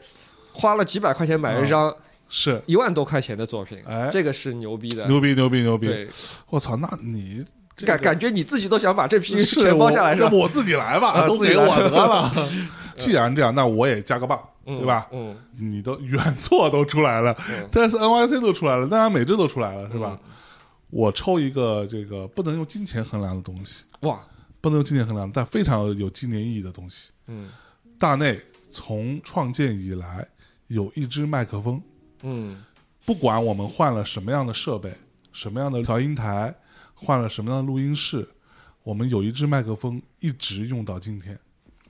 S2: 花了几百块钱买了一张
S1: 是
S2: 一万多块钱的作品
S1: 嗯哎，
S2: 这个是牛逼的。
S1: 牛逼牛逼牛逼！
S2: 对，
S1: 我操，那你这个
S2: 感感觉你自己都想把这批
S1: 是
S2: 全包下来
S1: 我
S2: 是
S1: 要
S2: 吧？
S1: 不我自己来吧，
S2: 啊
S1: 都
S2: 自己
S1: 给
S2: 来
S1: 我得 了。既然这样，那我也加个棒，对吧？
S2: 嗯，
S1: 你都原作都出来了，但是 NYC 都出来了，大家美智都出来了，是吧？我抽一个这个不能用金钱衡量的东西，
S2: 哇，
S1: 不能用金钱衡量，但非常有纪念意义的东西。
S2: 嗯
S1: 大内从创建以来有一支麦克风，
S2: 嗯
S1: 不管我们换了什么样的设备、什么样的调音台、换了什么样的录音室，我们有一支麦克风一直用到今天，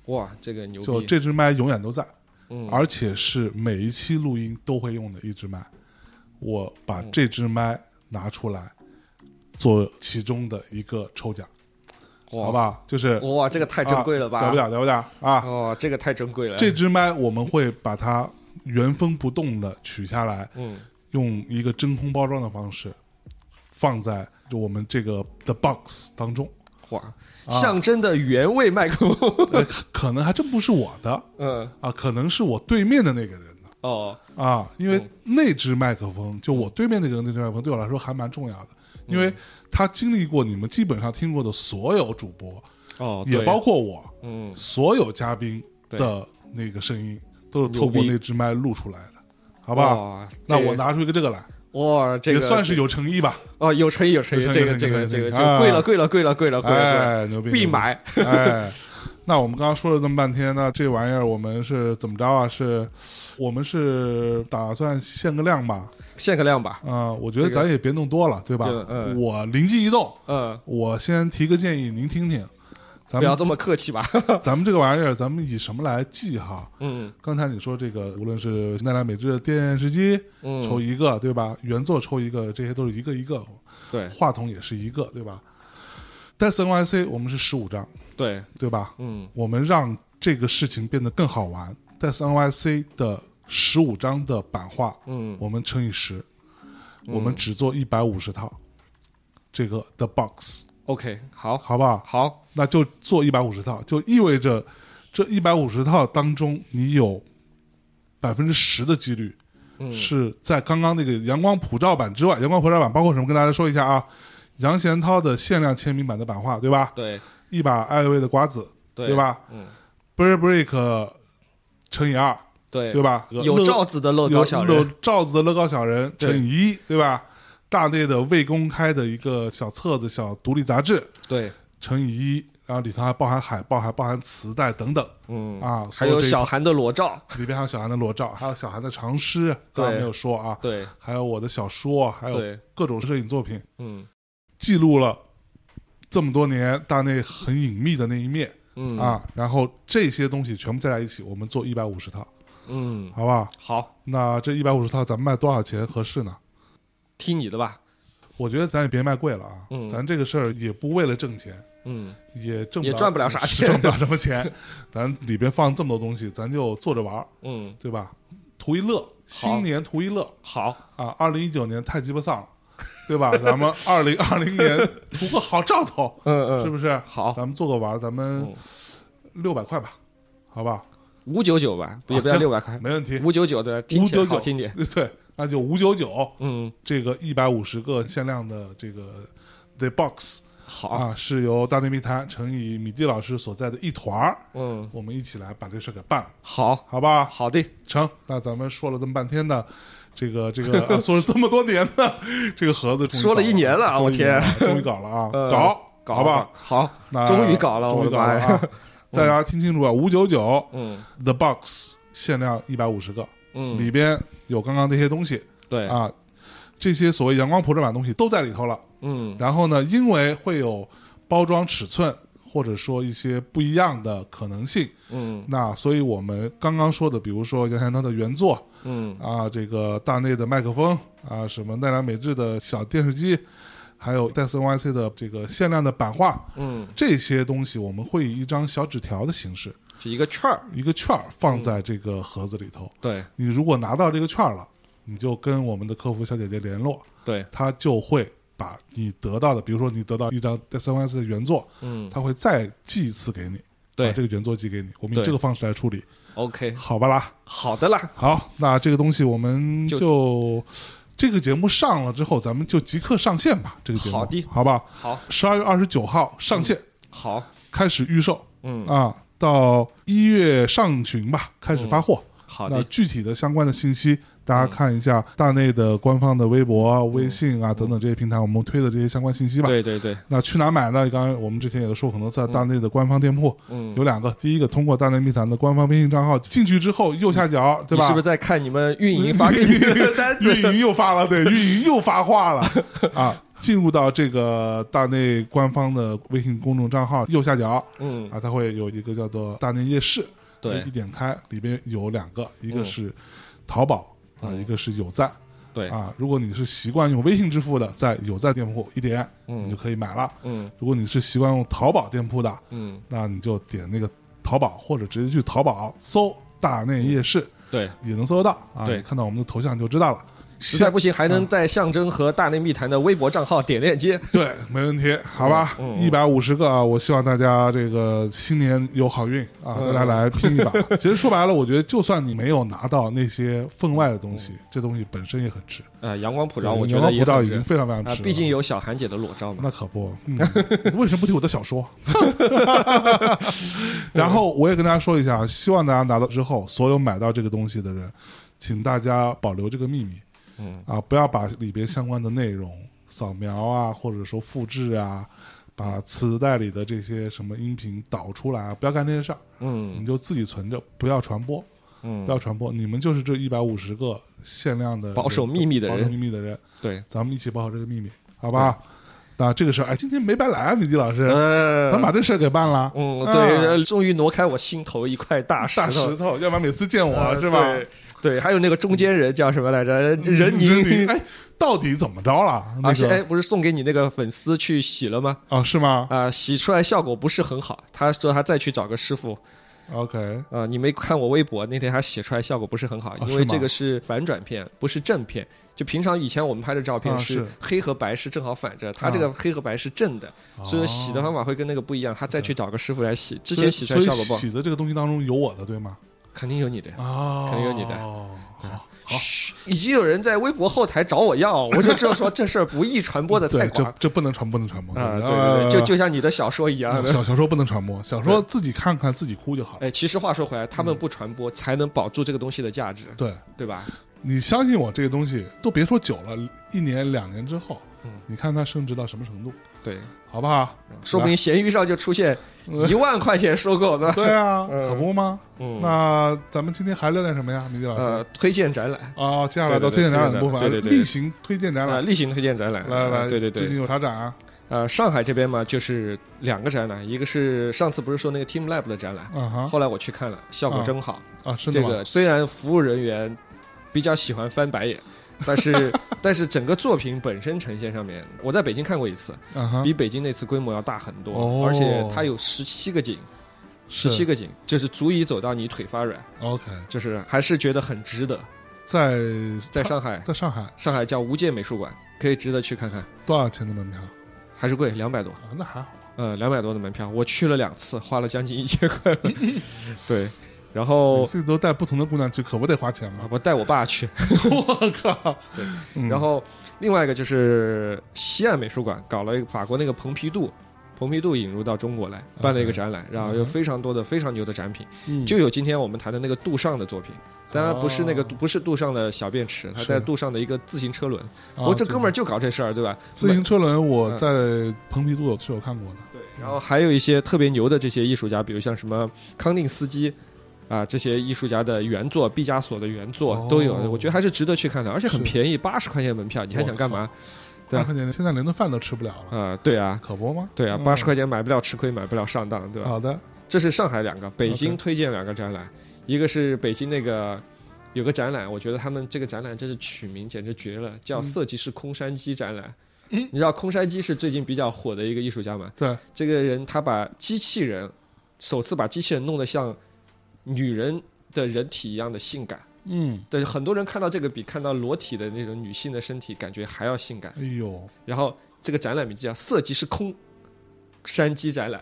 S2: 哇，这个牛
S1: 就
S2: 逼！
S1: 这支麦永远都在，
S2: 嗯
S1: 而且是每一期录音都会用的一支麦。我把
S2: 嗯
S1: 这支麦拿出来做其中的一个抽奖，好
S2: 哇
S1: 吧？就是
S2: 哇，这个太珍贵了吧？
S1: 啊屌不屌？屌不屌啊？
S2: 哦，这个太珍贵了。
S1: 这支麦我们会把它原封不动的取下来，
S2: 嗯
S1: 用一个真空包装的方式放在我们这个 the box 当 中。
S2: 哇，
S1: 啊
S2: 象征的原味麦克风。
S1: 呃，可能还真不是我的
S2: 嗯
S1: 啊，可能是我对面的那个人的
S2: 哦
S1: 啊，因为那只麦克风，就我对面那个人那只麦克风，对我来说还蛮重要的。因
S2: 嗯
S1: 为他经历过你们基本上听过的所有主播，
S2: 哦，
S1: 也
S2: 对
S1: 包括我，
S2: 嗯
S1: 所有嘉宾的那个声音都是透过
S2: 牛逼
S1: 那只麦录出来的，好不好？
S2: 哇
S1: 那
S2: 这个
S1: 我拿出一个这个来，
S2: 哇，这
S1: 也
S2: 个
S1: 算是有诚意 吧？
S2: 哦，有诚意，有诚意，
S1: 有诚
S2: 这
S1: 意
S2: 个
S1: 有
S2: 这
S1: 诚意
S2: 个
S1: 有
S2: 这
S1: 诚意
S2: 个就
S1: 啊
S2: 贵了，贵了，贵了，贵了，贵了，
S1: 哎，牛逼！
S2: 贵了，必
S1: 牛逼！
S2: 买。
S1: 哎，那我们刚刚说了这么半天，那这玩意儿我们是怎么着啊？是我们是打算限个量吧？
S2: 限个量吧。
S1: 啊、我觉得
S2: 这个
S1: 咱也别弄多了，对吧？
S2: 这个嗯
S1: 我灵机一动，
S2: 嗯，
S1: 我先提个建议，您听听。咱
S2: 不要
S1: 们
S2: 这么客气吧。
S1: 咱们这个玩意儿，咱们以什么来记哈？
S2: 嗯
S1: 刚才你说这个，无论是奈良美智的电视机抽
S2: 嗯，
S1: 一个，对吧？原作抽一个，这些都是一个一个，
S2: 对
S1: 话筒也是一个，对吧？但是 NYC 我们是十五张，
S2: 对，
S1: 对吧？
S2: 嗯
S1: 我们让这个事情变得更好玩。但是 NYC 的十五张的版画，
S2: 嗯，
S1: 我们乘以十，我们只做一百五十套，这个 The Box，
S2: ，OK，好，
S1: 好不好？
S2: 好，
S1: 那就做一百五十套，就意味着这一百五十套当中，你有百分之十的几率
S2: 嗯
S1: 是在刚刚那个阳光普照版之外，阳光普照版包括什么？跟大家说一下啊，杨贤涛的限量签名版的版画，对吧？
S2: 对
S1: 一把艾薇的瓜子，
S2: 对
S1: 对？吧？
S2: 嗯
S1: b r e a Break 乘以二，
S2: 对
S1: 对吧？
S2: 有
S1: 乐
S2: 罩子的乐
S1: 有
S2: 高小
S1: 有
S2: 人，
S1: 罩子的乐高小人
S2: 对
S1: 乘以一，对吧？大内的未公开的一个小册子、小独立杂志
S2: 对，
S1: 乘以一，然后里头还包含海报，还包含磁带等等
S2: 嗯，
S1: 啊。所
S2: 还有
S1: 这一
S2: 小韩的裸照，
S1: 里边还有小韩的裸照，还有小韩的长诗，刚刚
S2: 对
S1: 没有说啊。
S2: 对
S1: 还有我的小说，还有
S2: 对，
S1: 各种摄影作品，
S2: 嗯
S1: 记录了这么多年大内很隐秘的那一面。
S2: 嗯，
S1: 啊，然后这些东西全部加在一起，我们做一百五十套，
S2: 嗯，
S1: 好不好？
S2: 好，
S1: 那这一百五十套咱们卖多少钱合适呢？
S2: 听你的吧，
S1: 我觉得咱也别卖贵了啊，
S2: 嗯
S1: 咱这个事儿也不为了挣钱，
S2: 嗯，
S1: 也挣
S2: 也赚不了啥钱
S1: 赚不了什么钱。咱里边放这么多东西，咱就坐着玩儿，
S2: 嗯，
S1: 对吧？图一乐，新年图一乐
S2: 好，
S1: 啊！二零一九年太鸡巴丧了，对吧？咱们二零 二零年图个好兆头，
S2: 嗯
S1: 是，不是？
S2: 好
S1: 咱们做个玩儿，咱们
S2: 嗯
S1: 六百块吧，好吧？
S2: 五九九吧，也不要
S1: 行
S2: 六百块，
S1: 没问题。
S2: 哎五九九的，听
S1: 五
S2: 起来
S1: 九
S2: 好
S1: 九
S2: 听点，，
S1: 对，那就五九九，
S2: 嗯，
S1: 这个一百五十个限量的这个 The Box
S2: 好，
S1: 啊，是由大内密谈乘以米蒂老师所在的一团儿，
S2: 嗯，
S1: 我们一起来把这事儿给办了，
S2: 好，
S1: 好吧？
S2: 好的，
S1: 成，那咱们说了这么半天的。这个这 个、啊、说了这么多年的 这个盒子终于搞，
S2: 说了一年了啊
S1: 说
S2: 我
S1: 一年
S2: 天
S1: 了 终于搞了啊，
S2: 呃
S1: 搞
S2: 搞
S1: 好吧，，
S2: 好，
S1: 那
S2: 终于搞了，
S1: 终
S2: 我
S1: 于搞
S2: 的 妈
S1: 了
S2: 呀！
S1: 啊！大家听清楚啊，五九九
S2: 嗯，
S1: The Box 限量一百五十个，
S2: 嗯，
S1: 里边有刚刚那些东西
S2: 对，
S1: 啊，这些所谓阳光普照版东西都在里头了。
S2: 嗯，
S1: 然后呢，因为会有包装尺寸或者说一些不一样的可能性，
S2: 嗯，
S1: 那所以我们刚刚说的，比如说杨山涛的原作
S2: 嗯，
S1: 啊，这个大内的麦克风啊，什么奈良美智的小电视机，还有戴森 YC 的这个限量的版画，
S2: 嗯，
S1: 这些东西我们会以一张小纸条的形式，
S2: 就一个券儿，
S1: 一个券儿放在这个盒子里头。
S2: 对
S1: 你如果拿到这个券儿了，你就跟我们的客服小姐姐联络，
S2: 对，
S1: 他就会把你得到的，比如说你得到一张三 Y 四的原作，
S2: 嗯，
S1: 他会再寄一次给你，
S2: 对
S1: 把这个原作寄给你，我们以
S2: 对
S1: 这个方式来处理，
S2: ，OK，
S1: 好吧啦？
S2: 好的啦，
S1: 好，那这个东西我们就
S2: 就
S1: 这个节目上了之后，咱们就即刻上线吧，这个节目，
S2: 好的
S1: 好吧？
S2: 好，
S1: 十二月二十九号上线，
S2: 好，
S1: 开始预售，
S2: 嗯
S1: 啊，到一月上旬吧，开始发货。
S2: 好嗯
S1: 那
S2: 的，
S1: 具体的相关的信息，大家看一下大内的官方的微博、啊、微信啊等等这些平台，我们推的这些相关信息吧。
S2: 嗯对对对，
S1: 那去哪买呢？刚才我们之前也说过很多次，大内的官方店铺
S2: 嗯
S1: 有两个，第一个通过大内密谈的官方微信账号进去之后，右下角对
S2: 你
S1: 吧？
S2: 是不是在看你们运 营发给你的单
S1: 运
S2: 子？
S1: 营又发了，对，运营又发话 了啊！进入到这个大内官方的微信公众账号右下角
S2: 嗯，
S1: 啊，它会有一个叫做大内夜市，
S2: 对
S1: 一点开里边有两个，一个
S2: 嗯
S1: 是淘宝啊，
S2: 嗯
S1: 一个是有赞。
S2: 对，
S1: 啊，如果你是习惯用微信支付的，在有赞店铺一点，你就
S2: 嗯
S1: 可以买了；
S2: 嗯
S1: 如果你是习惯用淘宝店铺的，
S2: 嗯，
S1: 那你就点那个淘宝，或者直接去淘宝搜“大内夜市”，
S2: 对，
S1: 也能搜得到啊。
S2: 对
S1: 你看到我们的头像就知道了。
S2: 实在不行还能
S1: 嗯
S2: 在象征和大内密谈的微博账号点链 接。
S1: 对，没问题，好吧
S2: 嗯，嗯
S1: 一百五十个啊！我希望大家这个新年有好运啊，
S2: 嗯
S1: 大家来拼 一把。其实说白了，我觉得就算你没有拿到那些分外的东西，这东西本身也很值。
S2: 呃，阳光普
S1: 对
S2: 嗯照，我觉
S1: 阳
S2: 得
S1: 光
S2: 也
S1: 普照已
S2: 很值
S1: 经非常非常
S2: 啊
S1: 值，了。
S2: 毕竟有小韩姐的裸照嘛。
S1: 那可不，嗯、 为什么不提我的小说？ 然后我也跟大家说一下，希望大家拿到之后，所有买到这个东西的人，请大家保留这个秘密，
S2: 嗯
S1: 啊，不要把里边相关的内容扫描啊，或者说复制啊，把磁带里的这些什么音频导出来啊，不要干这些事儿，
S2: 嗯
S1: 你就自己存着，不要传播，不
S2: 嗯，
S1: 要传播。你们就是这一百五十个限量的
S2: 保守秘密的人
S1: 保守秘密的人，
S2: 对，
S1: 咱们一起保好这个秘密，好吧？那这个事儿，哎，今天没白来啊，米迪老师，
S2: 呃，
S1: 咱把这事儿给办了。
S2: 嗯，
S1: 啊
S2: 对，呃终于挪开我心头一块大石
S1: 大
S2: 头
S1: 石。头，要不然每次见我
S2: 呃
S1: 是吧？
S2: 对对，还有那个中间人叫什么来着？
S1: 嗯
S2: 任
S1: 宁，
S2: 宁
S1: 哎，到底怎么着了？
S2: 啊，
S1: 那
S2: 是哎，
S1: 个
S2: 不是送给你那个粉丝去洗了吗？
S1: 哦，是吗
S2: 啊，洗出来效果不是很好。他说他再去找个师傅。
S1: ？OK，
S2: 啊，你没看我微博那天他写出来效果不是很好，因
S1: 哦是
S2: 为
S1: 吗
S2: 这个是反转片，不是正片。就平常以前我们拍的照
S1: 啊
S2: 片
S1: 是啊
S2: 是黑和白是正好反着，他这个黑和白是正的，所以洗的方法会跟那个不一样。他再去找个师傅来洗，之前洗出
S1: 哦所以
S2: 来效果不好，
S1: 洗的这个东西当中有我的，对吗？
S2: 肯定有你的。
S1: 啊，
S2: 肯定有你的
S1: 好，
S2: 嘘，已经有人在微博后台找我要，我就知道说这事儿不易传播的太
S1: 对，
S2: 广
S1: 这这不能传，不能传播
S2: 啊，对对对，就就像你的小说一样
S1: 呃
S2: 的。
S1: 小小说不能传播，小说自己看看自己哭就好了。
S2: 哎，其实话说回来，他们
S1: 嗯
S2: 不传播才能保住这个东西的价值，
S1: 对
S2: 对吧？
S1: 你相信我，这个东西都别说久了，一年两年之后，
S2: 嗯
S1: 你看它升值到什么程度，
S2: 对，
S1: 好不 好？
S2: 说不定闲鱼上就出现一万块钱收购的。
S1: 对啊，
S2: 嗯
S1: 可不吗？
S2: 嗯
S1: 那咱们今天还聊点什么呀，米迪老师？
S2: 呃，推荐展览
S1: 啊，接下来到
S2: 对
S1: 推
S2: 对对
S1: 荐展览的部分，
S2: 对对对
S1: 例行推荐展
S2: 啊，
S1: 览，
S2: 例行推荐展览，
S1: 来来来，
S2: 对对
S1: 最近
S2: 对，
S1: 有啥展啊？
S2: 呃，上海这边嘛，就是两个展览，一个是上次不是说那个 Team Lab 的展览，
S1: 啊哈
S2: 后来我去看了，效果真好。
S1: 啊，是的
S2: 这
S1: 吗？
S2: 个虽然服务人员比较喜欢翻 白眼，但是但是整个作品本身呈现上面，我在北京看过一次，
S1: 啊哈，
S2: 比北京那次规模要大很多，
S1: 哦
S2: 而且它有十七个景，十
S1: 十
S2: 七个景，就是足以走到你腿发软，
S1: OK，
S2: 就是还是觉得很值得。
S1: 在
S2: 在上海，
S1: 在上海
S2: 上海叫无界美术馆，可以值得去看看，
S1: 多少钱的门票？
S2: 还是贵，两百多，
S1: 啊，那还好，
S2: 呃，两百多的门票，我去了两次，花了将近一千块， 对，然后
S1: 每次都带不同的姑娘去，可不得花钱
S2: 啊
S1: 吗？
S2: 不带我爸去，
S1: 我靠！嗯
S2: 然后另外一个就是西岸美术馆搞了一个法国那个蓬皮杜，蓬皮杜引入到中国来，办了一个展览，然后有非常多的非常牛的展品，
S1: 啊嗯
S2: 就有今天我们谈的那个杜尚的作品。当然不是那个、
S1: 哦
S2: 不是杜尚的小便池，他
S1: 是
S2: 在杜尚的一个自行车轮。
S1: 啊
S2: 不过这哥们儿就嗯搞这事儿，对吧？
S1: 自行车轮，我在蓬皮杜是有看过的。
S2: 对，然后还有一些特别牛的这些艺术家，比如像什么康定斯基，啊、这些艺术家的原作，毕加索的原作都有，
S1: 哦
S2: 我觉得还是值得去看的，而且很
S1: 是
S2: 便宜，八十块钱门票，你还想干嘛？对
S1: 八
S2: 啊
S1: 块钱现在连顿饭都吃不了了，
S2: 啊、对啊，
S1: 可不吗？
S2: 对啊，
S1: 嗯
S2: 八十块钱买不了吃亏，买不了上当，对吧？
S1: 好的，
S2: 这是上海两个，北京
S1: OK
S2: 推荐两个展览，一个是北京那个有个展览，我觉得他们这个展览真是取名简直绝了，叫“
S1: 嗯
S2: 色即是空山鸡”展览。你知道空山鸡是最近比较火的一个艺术家吗？
S1: 对，
S2: 这个人他把机器人首次把机器人弄得像女人的人体一样的性感。
S3: 嗯，
S2: 对，很多人看到这个比看到裸体的那种女性的身体感觉还要性感。
S1: 哎呦，
S2: 然后这个展览名字叫“色即是空山鸡”展览。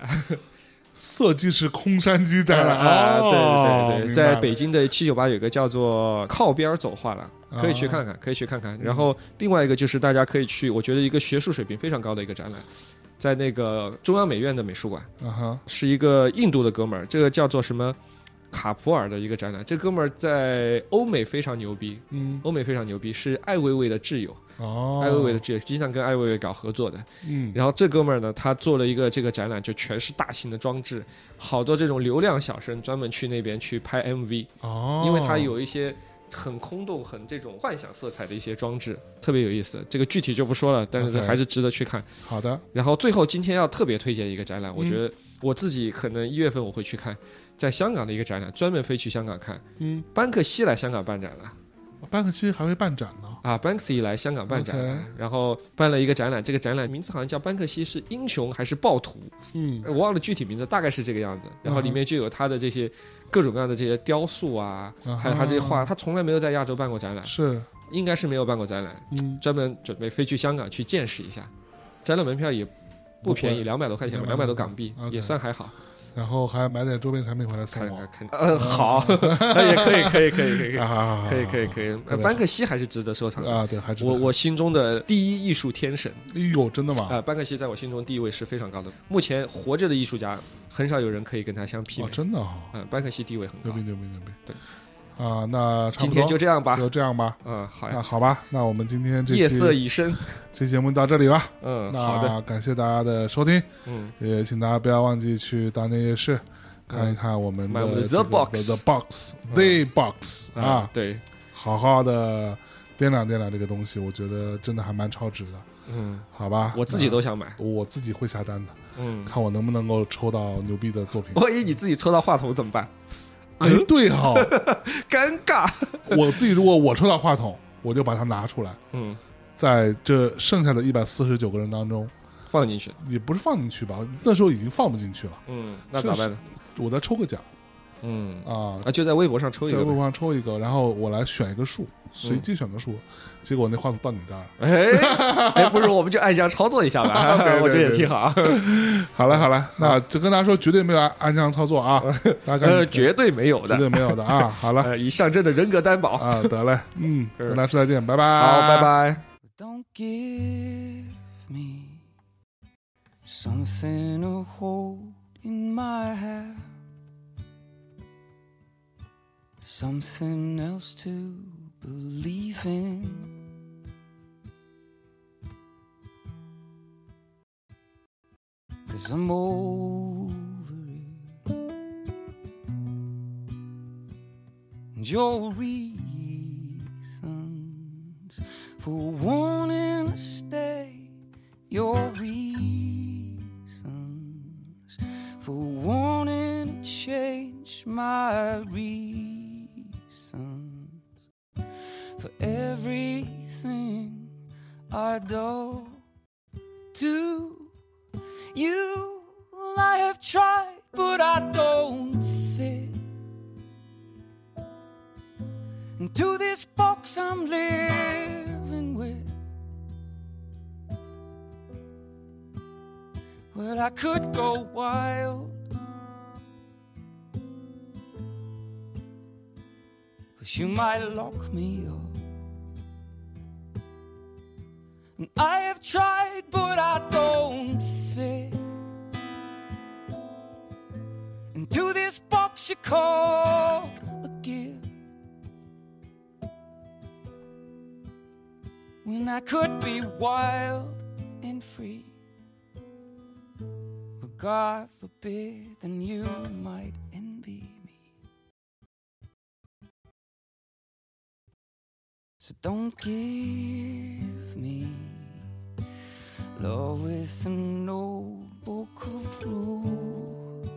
S1: 色即是空山鸡展览
S2: 啊，对
S1: 哦
S2: 对对对，
S1: 明白
S2: 在
S1: 了
S2: 北京的七九八有个叫做靠边儿走画廊，
S1: 啊
S2: 可以去看看，可以去看
S1: 嗯
S2: 看。然后另外一个就是大家可以去，我觉得一个学术水平非常高的一个展览，在那个中央美院的美术馆，
S1: 啊哈，
S2: 是一个印度的哥们儿，这个叫做什么？卡普尔的一个展览，这哥们儿在欧美非常牛逼，
S1: 嗯，
S2: 欧美非常牛逼，是艾未未的挚友，
S1: 哦，
S2: 艾未未的挚友经常跟艾未未搞合作的。
S3: 嗯，
S2: 然后这哥们儿呢，他做了一个这个展览，就全是大型的装置，好多这种流量小生专门去那边去拍 MV，
S1: 哦，
S2: 因为他有一些很空洞、很这种幻想色彩的一些装置，特别有意思。这个具体就不说了，但是
S1: OK
S2: 还是值得去看。
S1: 好的，
S2: 然后最后今天要特别推荐一个展览，我觉
S1: 嗯
S2: 得我自己可能一月份我会去看，在香港的一个展览，专门飞去香港看。
S3: 嗯，
S2: 班克西来香港办展了。
S1: 班克西还会办展呢，
S2: 啊，Banksy 来香港办展览
S1: OK
S2: 然后办了一个展览，这个展览名字好像叫班克西是英雄还是暴徒，
S3: 嗯，
S2: 我忘了具体名字，大概是这个样子。然后里
S1: 嗯哼
S2: 面就有他的这些各种各样的这些雕塑啊，
S1: 啊
S2: 还有他这些画，他从来没有在亚洲办过展览，
S1: 是，
S2: 应该是没有办过展览，
S1: 嗯，
S2: 专门准备飞去香港去见识一下。展览门票也不
S1: 不
S2: 便宜，
S1: 贵
S2: 两百多块钱吧，两
S1: 200
S2: 百多港币
S1: ，OK
S2: 也算还好。
S1: 然后还买点周边产品回来送
S2: 看
S1: 我
S2: 看看，嗯， 好，也可以，可以，可以，可以，
S1: 啊，
S2: 可以，可以，可以。呃
S1: 别
S2: 班克西还是值得收藏的。
S1: 啊，对，还知道
S2: 我我心中的第一艺术天神
S1: 哎呦，真的吗？
S2: 啊、班克西在我心中地位是非常高的。目前活着的艺术家，很少有人可以跟他相媲
S1: 哦，
S2: 美。
S1: 真的啊，
S2: 嗯，班克西地位很
S1: 牛
S2: 高
S1: 逼。牛逼牛逼，
S2: 对，
S1: 啊，那差
S2: 今
S1: 不
S2: 天
S1: 多
S2: 就这样吧。
S1: 就这样吧，
S2: 嗯，好
S1: 那
S2: 呀。
S1: 好吧，那我们今天这期
S2: 夜色已深。
S1: 这期节目到这里了，
S2: 嗯，好的。
S1: 那感谢大家的收听，
S2: 嗯，
S1: 也请大家不要忘记去大内夜市看一看我们
S2: 买我们
S1: 的
S2: 的
S1: 这个
S2: The Box
S1: The
S2: 嗯
S1: Box The Box 啊，
S2: 对，
S1: 好好的掂量掂量这个东西，我觉得真的还蛮超值的，
S2: 嗯，
S1: 好吧？
S2: 我自己都想买。
S1: 那我自己会下单的，
S2: 嗯，
S1: 看我能不能够抽到牛逼的作品。
S2: 万一你自己抽到话筒怎么办？
S1: 哎，对哈、
S2: 尴尬。
S1: 我自己如果我抽到话筒，我就把它拿出来，
S2: 嗯，
S1: 在这剩下的一百四十九个人当中，
S2: 放进去。
S1: 也不是放进去吧，那时候已经放不进去了。
S2: 嗯，那咋办呢？
S1: 我再抽个奖
S2: 嗯，
S1: 啊，
S2: 啊，就在微博上抽一
S1: 在微
S2: 个
S1: 博
S2: 呗。嗯
S1: 上抽一个，然后我来选一个数，随机选个数，结果那话筒到你这儿了。
S2: 哎，哎，不如我们就暗箱操作一下 吧，
S1: 对对
S2: 我觉得也
S1: 对
S2: 挺好。
S1: 好了好
S2: 嗯
S1: 了，那就跟大家说，绝对没有暗箱操作啊，大家
S2: 呃，
S1: 赶紧
S2: 绝对没有
S1: 绝
S2: 的。
S1: 对没有的啊。好 了
S2: 呃，以象征的人格担保。
S1: 啊，得嘞，嗯，
S2: 是
S1: 跟大家说再见，拜拜，
S2: 好，拜。拜。
S3: Don't give me something to hold in my hand, something else to believe in. Cause I'm over it. And your reasons for wanting to stay, your reasons for wanting to change my reasons for everything I do to you. I have tried, but I don't fit into this box I'm living with. Well, I could go wild, but you might lock me up. And I have tried, but I don't fit into this box you call a gift. when I could be wild and free. But God forbid, then you might envy me. So don't give me love with no book of rules.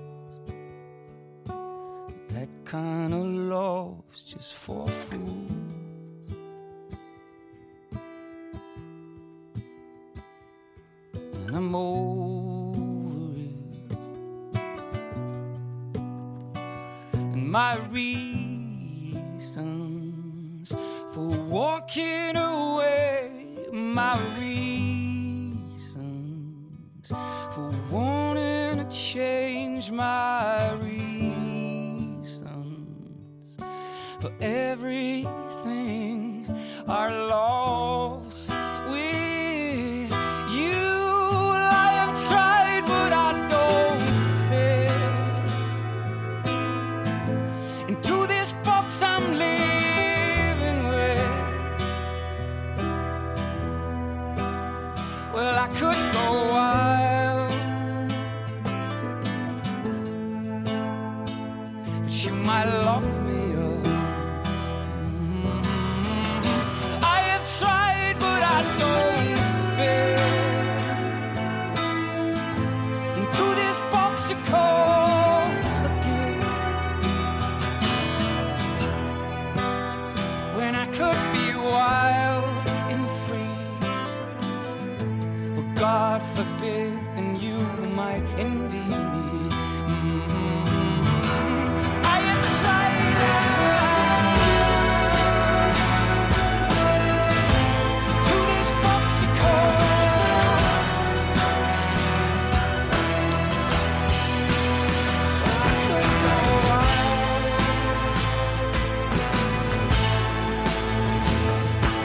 S3: That kind of love's just for fools. And I'm over it. and my reasons for walking away, my reasons for wanting to change, my reasons for everything are lost. with you. I have tried, but I don't fit into this box I'm living with. Well, I could go wild, but you might lock me up. Mhm. I have tried, but I don't fit into this box you call a gift. when I could be wild and free. But God forbid, then you might envy me. Mhm. I am silent. To this popsicle. I could go wild.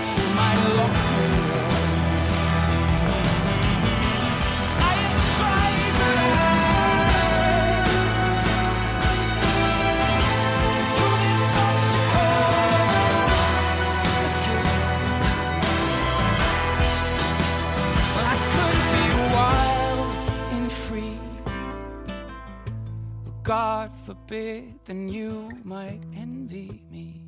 S3: She might lock me up. I am striving to this obstacle. I could be wild and free, but God forbid, then you might envy me.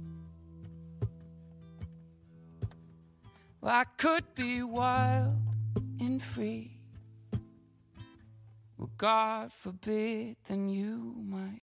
S3: Well, I could be wild and free. Well, God forbid, then you might